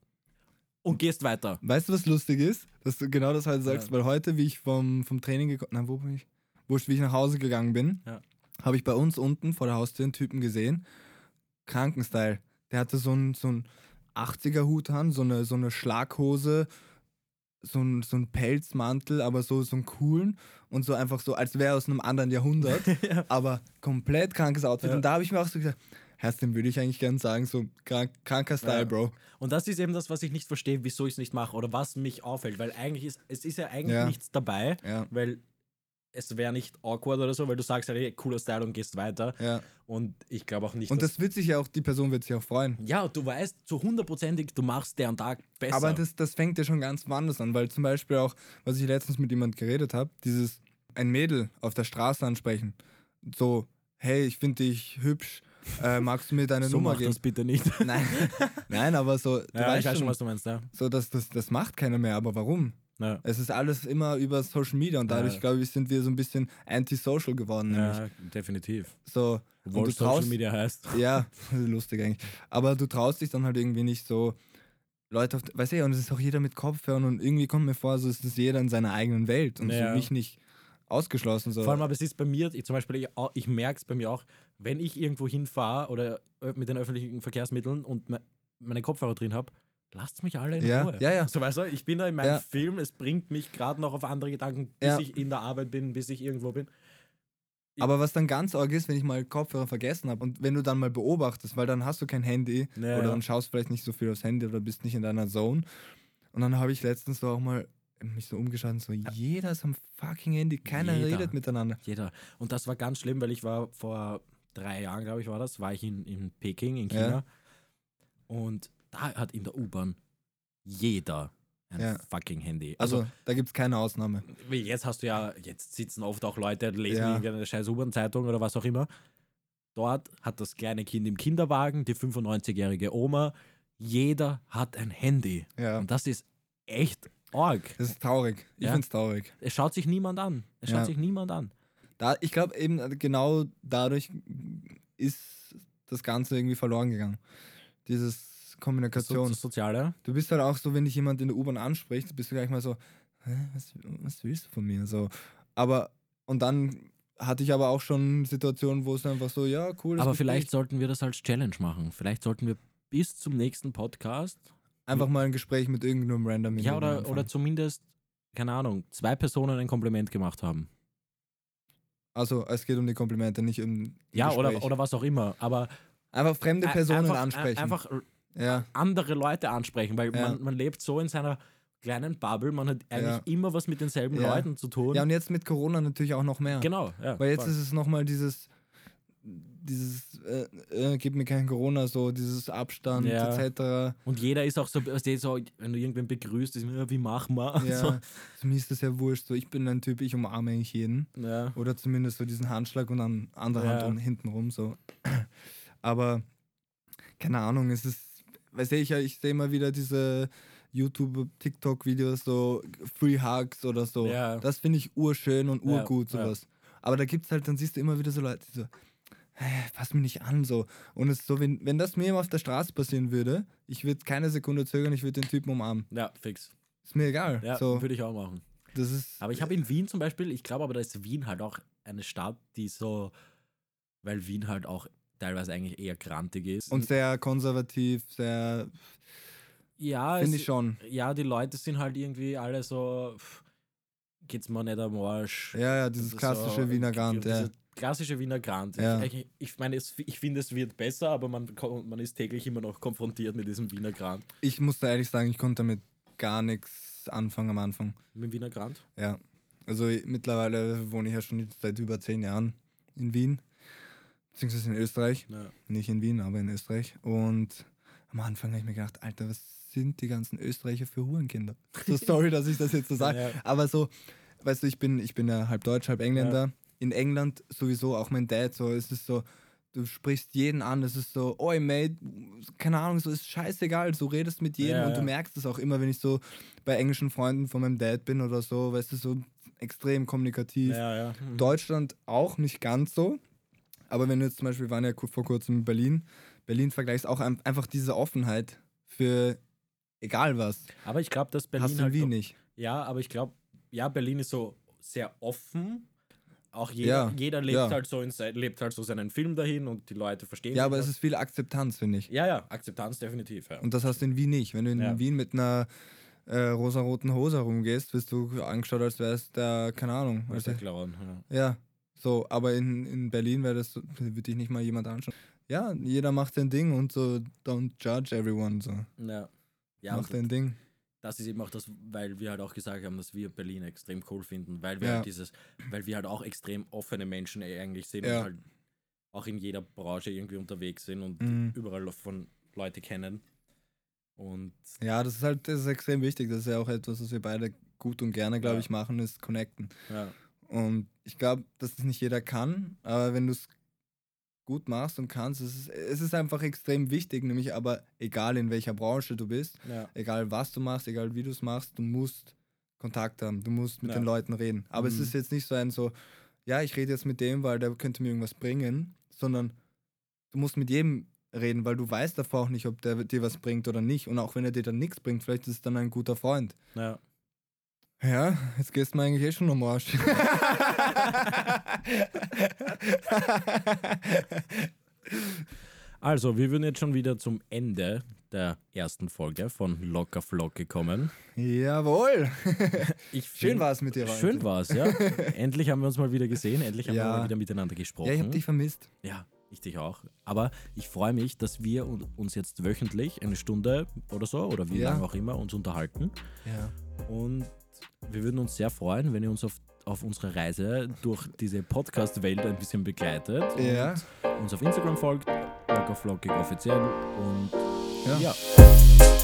[SPEAKER 2] Und gehst weiter.
[SPEAKER 1] Weißt du, was lustig ist? Dass du genau das heute sagst,
[SPEAKER 2] Ja.
[SPEAKER 1] weil heute, wie ich vom, vom Training gekommen na, wo bin ich? Wurscht, wie ich nach Hause gegangen bin,
[SPEAKER 2] Ja.
[SPEAKER 1] habe ich bei uns unten vor der Haustür einen Typen gesehen. Krankenstyle. Der hatte so einen so einen 80er-Hut an, so eine, so eine Schlaghose, so einen so einen Pelzmantel, aber so, so einen coolen und so einfach so, als wäre er aus einem anderen Jahrhundert.
[SPEAKER 2] ja.
[SPEAKER 1] aber komplett krankes Outfit.
[SPEAKER 2] Ja.
[SPEAKER 1] Und da habe ich mir auch so gedacht, Herz, dem würde ich eigentlich gerne sagen, so krank, kranker Style,
[SPEAKER 2] Ja.
[SPEAKER 1] Bro.
[SPEAKER 2] Und das ist eben das, was ich nicht verstehe, wieso ich es nicht mache oder was mich auffällt, weil eigentlich ist, es ist ja eigentlich
[SPEAKER 1] Ja.
[SPEAKER 2] nichts dabei,
[SPEAKER 1] Ja,
[SPEAKER 2] weil es wäre nicht awkward oder so, weil du sagst, halt, hey, cooler Style und gehst weiter.
[SPEAKER 1] ja.
[SPEAKER 2] Und ich glaube auch nicht,
[SPEAKER 1] Und
[SPEAKER 2] dass-
[SPEAKER 1] das wird sich ja auch, die Person wird sich auch freuen.
[SPEAKER 2] ja, du weißt zu hundertprozentig, du machst deren Tag besser.
[SPEAKER 1] Aber das, das fängt ja schon ganz woanders an, weil zum Beispiel auch, was ich letztens mit jemand geredet habe, dieses ein Mädel auf der Straße ansprechen, so, hey, ich finde dich hübsch, äh, magst du mir deine
[SPEAKER 2] so
[SPEAKER 1] Nummer
[SPEAKER 2] mach
[SPEAKER 1] geben?
[SPEAKER 2] das bitte nicht.
[SPEAKER 1] Nein, nein, aber so, du
[SPEAKER 2] ja,
[SPEAKER 1] weißt
[SPEAKER 2] ich weiß schon,
[SPEAKER 1] schon,
[SPEAKER 2] was du meinst, ja.
[SPEAKER 1] so, das, das, das macht keiner mehr, aber warum?
[SPEAKER 2] Ja,
[SPEAKER 1] Es ist alles immer über Social Media und dadurch,
[SPEAKER 2] Ja.
[SPEAKER 1] glaube ich, sind wir so ein bisschen antisocial geworden, nämlich.
[SPEAKER 2] ja definitiv.
[SPEAKER 1] So, und
[SPEAKER 2] Obwohl
[SPEAKER 1] du
[SPEAKER 2] Social
[SPEAKER 1] traust-
[SPEAKER 2] Media heißt.
[SPEAKER 1] Ja, lustig eigentlich. Aber du traust dich dann halt irgendwie nicht so. Leute, auf, weißt du, ja, und es ist auch jeder mit Kopfhörern und irgendwie kommt mir vor, so es ist jeder in seiner eigenen Welt und
[SPEAKER 2] Ja.
[SPEAKER 1] so mich nicht ausgeschlossen. So.
[SPEAKER 2] Vor allem, aber es ist bei mir, ich, zum Beispiel, ich, au- ich merke es bei mir auch, wenn ich irgendwo hinfahre oder ö- mit den öffentlichen Verkehrsmitteln und me meine Kopfhörer drin habe, lasst mich alle in
[SPEAKER 1] ja,
[SPEAKER 2] Ruhe.
[SPEAKER 1] ja, ja.
[SPEAKER 2] So, weißt du, ich bin da in meinem
[SPEAKER 1] Ja.
[SPEAKER 2] Film, es bringt mich gerade noch auf andere Gedanken, bis
[SPEAKER 1] Ja.
[SPEAKER 2] ich in der Arbeit bin, bis ich irgendwo bin.
[SPEAKER 1] Aber was dann ganz arg ist, wenn ich mal Kopfhörer vergessen habe und wenn du dann mal beobachtest, weil dann hast du kein Handy
[SPEAKER 2] Ja,
[SPEAKER 1] oder
[SPEAKER 2] ja.
[SPEAKER 1] dann schaust vielleicht nicht so viel aufs Handy oder bist nicht in deiner Zone. Und dann habe ich letztens so auch mal mich so umgeschaut und so, jeder ist am fucking Handy, keiner
[SPEAKER 2] Jeder.
[SPEAKER 1] redet miteinander.
[SPEAKER 2] Jeder. Und das war ganz schlimm, weil ich war vor drei Jahren, glaube ich, war das, war ich in, in Peking, in China.
[SPEAKER 1] Ja.
[SPEAKER 2] Und da hat in der U-Bahn jeder ein
[SPEAKER 1] Ja.
[SPEAKER 2] fucking Handy.
[SPEAKER 1] Also, da gibt es keine Ausnahme.
[SPEAKER 2] Wie jetzt hast du ja, jetzt sitzen oft auch Leute, lesen
[SPEAKER 1] Ja.
[SPEAKER 2] irgendeine scheiß U-Bahn-Zeitung oder was auch immer. Dort hat das kleine Kind im Kinderwagen, die 95-jährige Oma, jeder hat ein Handy.
[SPEAKER 1] Ja.
[SPEAKER 2] Und das ist echt arg.
[SPEAKER 1] Das ist traurig. Ich
[SPEAKER 2] Ja.
[SPEAKER 1] find's traurig.
[SPEAKER 2] Es schaut sich niemand an. Es schaut
[SPEAKER 1] Ja.
[SPEAKER 2] sich niemand an.
[SPEAKER 1] Da, ich glaube eben genau dadurch ist das Ganze irgendwie verloren gegangen. Dieses
[SPEAKER 2] Das, so,
[SPEAKER 1] Kommunikation.
[SPEAKER 2] das Soziale.
[SPEAKER 1] Du bist halt auch so, wenn dich jemand in der U-Bahn anspricht, bist du gleich mal so, Hä, was, was willst du von mir? So, aber und dann hatte ich aber auch schon Situationen, wo es einfach so, ja cool. das
[SPEAKER 2] Aber
[SPEAKER 1] Gespräch.
[SPEAKER 2] vielleicht sollten wir das als Challenge machen. Vielleicht sollten wir bis zum nächsten Podcast,
[SPEAKER 1] einfach mal ein Gespräch mit irgendeinem Random.
[SPEAKER 2] ja,
[SPEAKER 1] Individuum
[SPEAKER 2] oder,
[SPEAKER 1] anfangen.
[SPEAKER 2] oder zumindest keine Ahnung, zwei Personen ein Kompliment gemacht haben.
[SPEAKER 1] Also, es geht um die Komplimente, nicht um.
[SPEAKER 2] Ja, oder,
[SPEAKER 1] Gespräch.
[SPEAKER 2] oder was auch immer. Aber
[SPEAKER 1] Einfach fremde
[SPEAKER 2] ein-
[SPEAKER 1] Personen
[SPEAKER 2] einfach,
[SPEAKER 1] ansprechen.
[SPEAKER 2] ein- Einfach
[SPEAKER 1] ja.
[SPEAKER 2] andere Leute ansprechen, weil
[SPEAKER 1] Ja.
[SPEAKER 2] man, man lebt so in seiner kleinen Bubble, man hat eigentlich immer was mit denselben
[SPEAKER 1] Ja.
[SPEAKER 2] Leuten zu tun.
[SPEAKER 1] ja, und jetzt mit Corona natürlich auch noch mehr.
[SPEAKER 2] genau. Ja,
[SPEAKER 1] Weil jetzt
[SPEAKER 2] voll.
[SPEAKER 1] ist es nochmal dieses, dieses, äh, äh, gib mir kein Corona, so dieses Abstand
[SPEAKER 2] Ja.
[SPEAKER 1] etc.
[SPEAKER 2] und jeder ist auch so, weißt du, so, wenn du irgendwen begrüßt, ist immer, wie machen wir?
[SPEAKER 1] Ja,
[SPEAKER 2] So.
[SPEAKER 1] Mir ist das ja wurscht. So, ich bin ein Typ, ich umarme eigentlich jeden.
[SPEAKER 2] ja.
[SPEAKER 1] Oder zumindest so diesen Handschlag und dann andere
[SPEAKER 2] Ja.
[SPEAKER 1] Hand und hintenrum so. Aber keine Ahnung, es ist, weiß ich ja, ich sehe immer wieder diese YouTube, TikTok-Videos, so Free Hugs oder so.
[SPEAKER 2] Ja.
[SPEAKER 1] Das finde ich urschön und
[SPEAKER 2] Ja,
[SPEAKER 1] urgut,
[SPEAKER 2] ja.
[SPEAKER 1] sowas. Aber da gibt's halt, dann siehst du immer wieder so Leute, die so, "Hey, fass mich nicht an, so. Und es ist so, wenn, wenn das mir immer auf der Straße passieren würde, ich würde keine Sekunde zögern, ich würde den Typen umarmen.
[SPEAKER 2] ja, fix.
[SPEAKER 1] Ist mir egal.
[SPEAKER 2] Ja,
[SPEAKER 1] so,
[SPEAKER 2] würde ich auch machen.
[SPEAKER 1] das ist.
[SPEAKER 2] Aber ich habe in Wien zum Beispiel, ich glaube aber, da ist Wien halt auch eine Stadt, die so, weil Wien halt auch teilweise eigentlich eher grantig ist.
[SPEAKER 1] und sehr konservativ, sehr.
[SPEAKER 2] ja,
[SPEAKER 1] Finde
[SPEAKER 2] es-
[SPEAKER 1] ich schon.
[SPEAKER 2] ja, die Leute sind halt irgendwie alle so, pff, geht's mir nicht am Arsch.
[SPEAKER 1] Ja, ja, dieses
[SPEAKER 2] Das ist
[SPEAKER 1] klassische
[SPEAKER 2] so,
[SPEAKER 1] Wiener
[SPEAKER 2] g-
[SPEAKER 1] Grand, ja.
[SPEAKER 2] diese Klassische Wiener Grand.
[SPEAKER 1] Ja.
[SPEAKER 2] Ich, ich meine, es, ich finde, es wird besser, aber man, ko- man ist täglich immer noch konfrontiert mit diesem Wiener Grand.
[SPEAKER 1] Ich muss da ehrlich sagen, ich konnte damit gar nichts anfangen am Anfang.
[SPEAKER 2] Mit dem Wiener Grand?
[SPEAKER 1] Ja. Also i- mittlerweile wohne ich ja schon jetzt seit über zehn Jahren in Wien. Beziehungsweise in Österreich.
[SPEAKER 2] Ja.
[SPEAKER 1] Nicht in Wien, aber in Österreich. Und am Anfang habe ich mir gedacht, Alter, was sind die ganzen Österreicher für Hurenkinder? So sorry, dass ich das jetzt so sage.
[SPEAKER 2] Ja.
[SPEAKER 1] Aber so, weißt du, ich bin, ich bin ja halb Deutsch, halb Engländer. In England sowieso, auch mein Dad, so, es ist so, du sprichst jeden an, es ist so, oi mate, keine Ahnung, so ist scheißegal, du redest mit jedem
[SPEAKER 2] Ja,
[SPEAKER 1] und
[SPEAKER 2] ja.
[SPEAKER 1] du merkst es auch immer, wenn ich so bei englischen Freunden von meinem Dad bin oder so, weißt du, so extrem kommunikativ.
[SPEAKER 2] Ja, ja.
[SPEAKER 1] Deutschland auch nicht ganz so. Aber wenn du jetzt zum Beispiel, wir waren ja ku- vor kurzem in Berlin, Berlin vergleichst auch ein- einfach diese Offenheit für egal was.
[SPEAKER 2] Aber ich glaube, dass Berlin
[SPEAKER 1] Hast du in
[SPEAKER 2] halt
[SPEAKER 1] Wien
[SPEAKER 2] doch-
[SPEAKER 1] nicht.
[SPEAKER 2] Ja, aber ich glaube, ja, Berlin ist so sehr offen. Auch jeder,
[SPEAKER 1] Ja,
[SPEAKER 2] jeder lebt,
[SPEAKER 1] ja.
[SPEAKER 2] halt so in, sein- lebt halt so seinen Film dahin und die Leute verstehen.
[SPEAKER 1] Ja,
[SPEAKER 2] sich
[SPEAKER 1] aber es
[SPEAKER 2] das.
[SPEAKER 1] ist viel Akzeptanz, finde ich.
[SPEAKER 2] Ja, ja, Akzeptanz definitiv. Ja.
[SPEAKER 1] Und das hast du in Wien nicht. Wenn du in
[SPEAKER 2] Ja.
[SPEAKER 1] Wien mit einer äh, rosaroten Hose rumgehst, wirst du angeschaut, als wärst du, äh, keine Ahnung.
[SPEAKER 2] Muss
[SPEAKER 1] Also,
[SPEAKER 2] ich glauben, ja.
[SPEAKER 1] ja, so, aber in, in Berlin wäre das, so- würde dich nicht mal jemand anschauen. Ja, jeder macht sein Ding und so, don't judge everyone, so,
[SPEAKER 2] Ja, ja
[SPEAKER 1] mach
[SPEAKER 2] und
[SPEAKER 1] dein Ding.
[SPEAKER 2] das ist eben auch das, weil wir halt auch gesagt haben, dass wir Berlin extrem cool finden, weil wir
[SPEAKER 1] Ja.
[SPEAKER 2] halt dieses, weil wir halt auch extrem offene Menschen eigentlich sind
[SPEAKER 1] Ja.
[SPEAKER 2] und halt auch in jeder Branche irgendwie unterwegs sind und
[SPEAKER 1] Mhm.
[SPEAKER 2] überall von Leute kennen. Und
[SPEAKER 1] Ja, das ist halt, das ist extrem wichtig, das ist ja auch etwas, was wir beide gut und gerne, glaube
[SPEAKER 2] Ja.
[SPEAKER 1] ich, machen, ist connecten.
[SPEAKER 2] ja,
[SPEAKER 1] Und ich glaube, dass das nicht jeder kann, aber wenn du es gut machst und kannst, es ist, es ist einfach extrem wichtig, nämlich aber egal in welcher Branche du bist,
[SPEAKER 2] ja,
[SPEAKER 1] egal was du machst, egal wie du es machst, du musst Kontakt haben, du musst mit
[SPEAKER 2] Ja.
[SPEAKER 1] den Leuten reden. Aber es
[SPEAKER 2] Mhm.
[SPEAKER 1] ist jetzt nicht so ein so, ja, ich rede jetzt mit dem, weil der könnte mir irgendwas bringen, sondern du musst mit jedem reden, weil du weißt davor auch nicht, ob der dir was bringt oder nicht. Und auch wenn er dir dann nichts bringt, vielleicht ist es dann ein guter Freund.
[SPEAKER 2] ja.
[SPEAKER 1] Ja, jetzt gehst du mir eigentlich eh schon am Arsch.
[SPEAKER 2] Also, wir würden jetzt schon wieder zum Ende der ersten Folge von Locker Flock gekommen.
[SPEAKER 1] Jawohl.
[SPEAKER 2] Ich
[SPEAKER 1] Schön
[SPEAKER 2] find-
[SPEAKER 1] war es mit dir heute.
[SPEAKER 2] Schön war es, ja. endlich haben wir uns mal wieder gesehen, endlich haben wir
[SPEAKER 1] Ja.
[SPEAKER 2] mal wieder miteinander gesprochen.
[SPEAKER 1] Ja, ich hab dich vermisst.
[SPEAKER 2] Ja, ich dich auch. Aber ich freue mich, dass wir un- uns jetzt wöchentlich eine Stunde oder so oder wie
[SPEAKER 1] Ja.
[SPEAKER 2] lange auch immer uns unterhalten.
[SPEAKER 1] Ja.
[SPEAKER 2] Und wir würden uns sehr freuen, wenn ihr uns auf, auf unserer Reise durch diese Podcast-Welt ein bisschen begleitet.
[SPEAKER 1] Ja.
[SPEAKER 2] Und uns auf Instagram folgt, lockerflockig offiziell. Und
[SPEAKER 1] Ja.
[SPEAKER 2] ja. um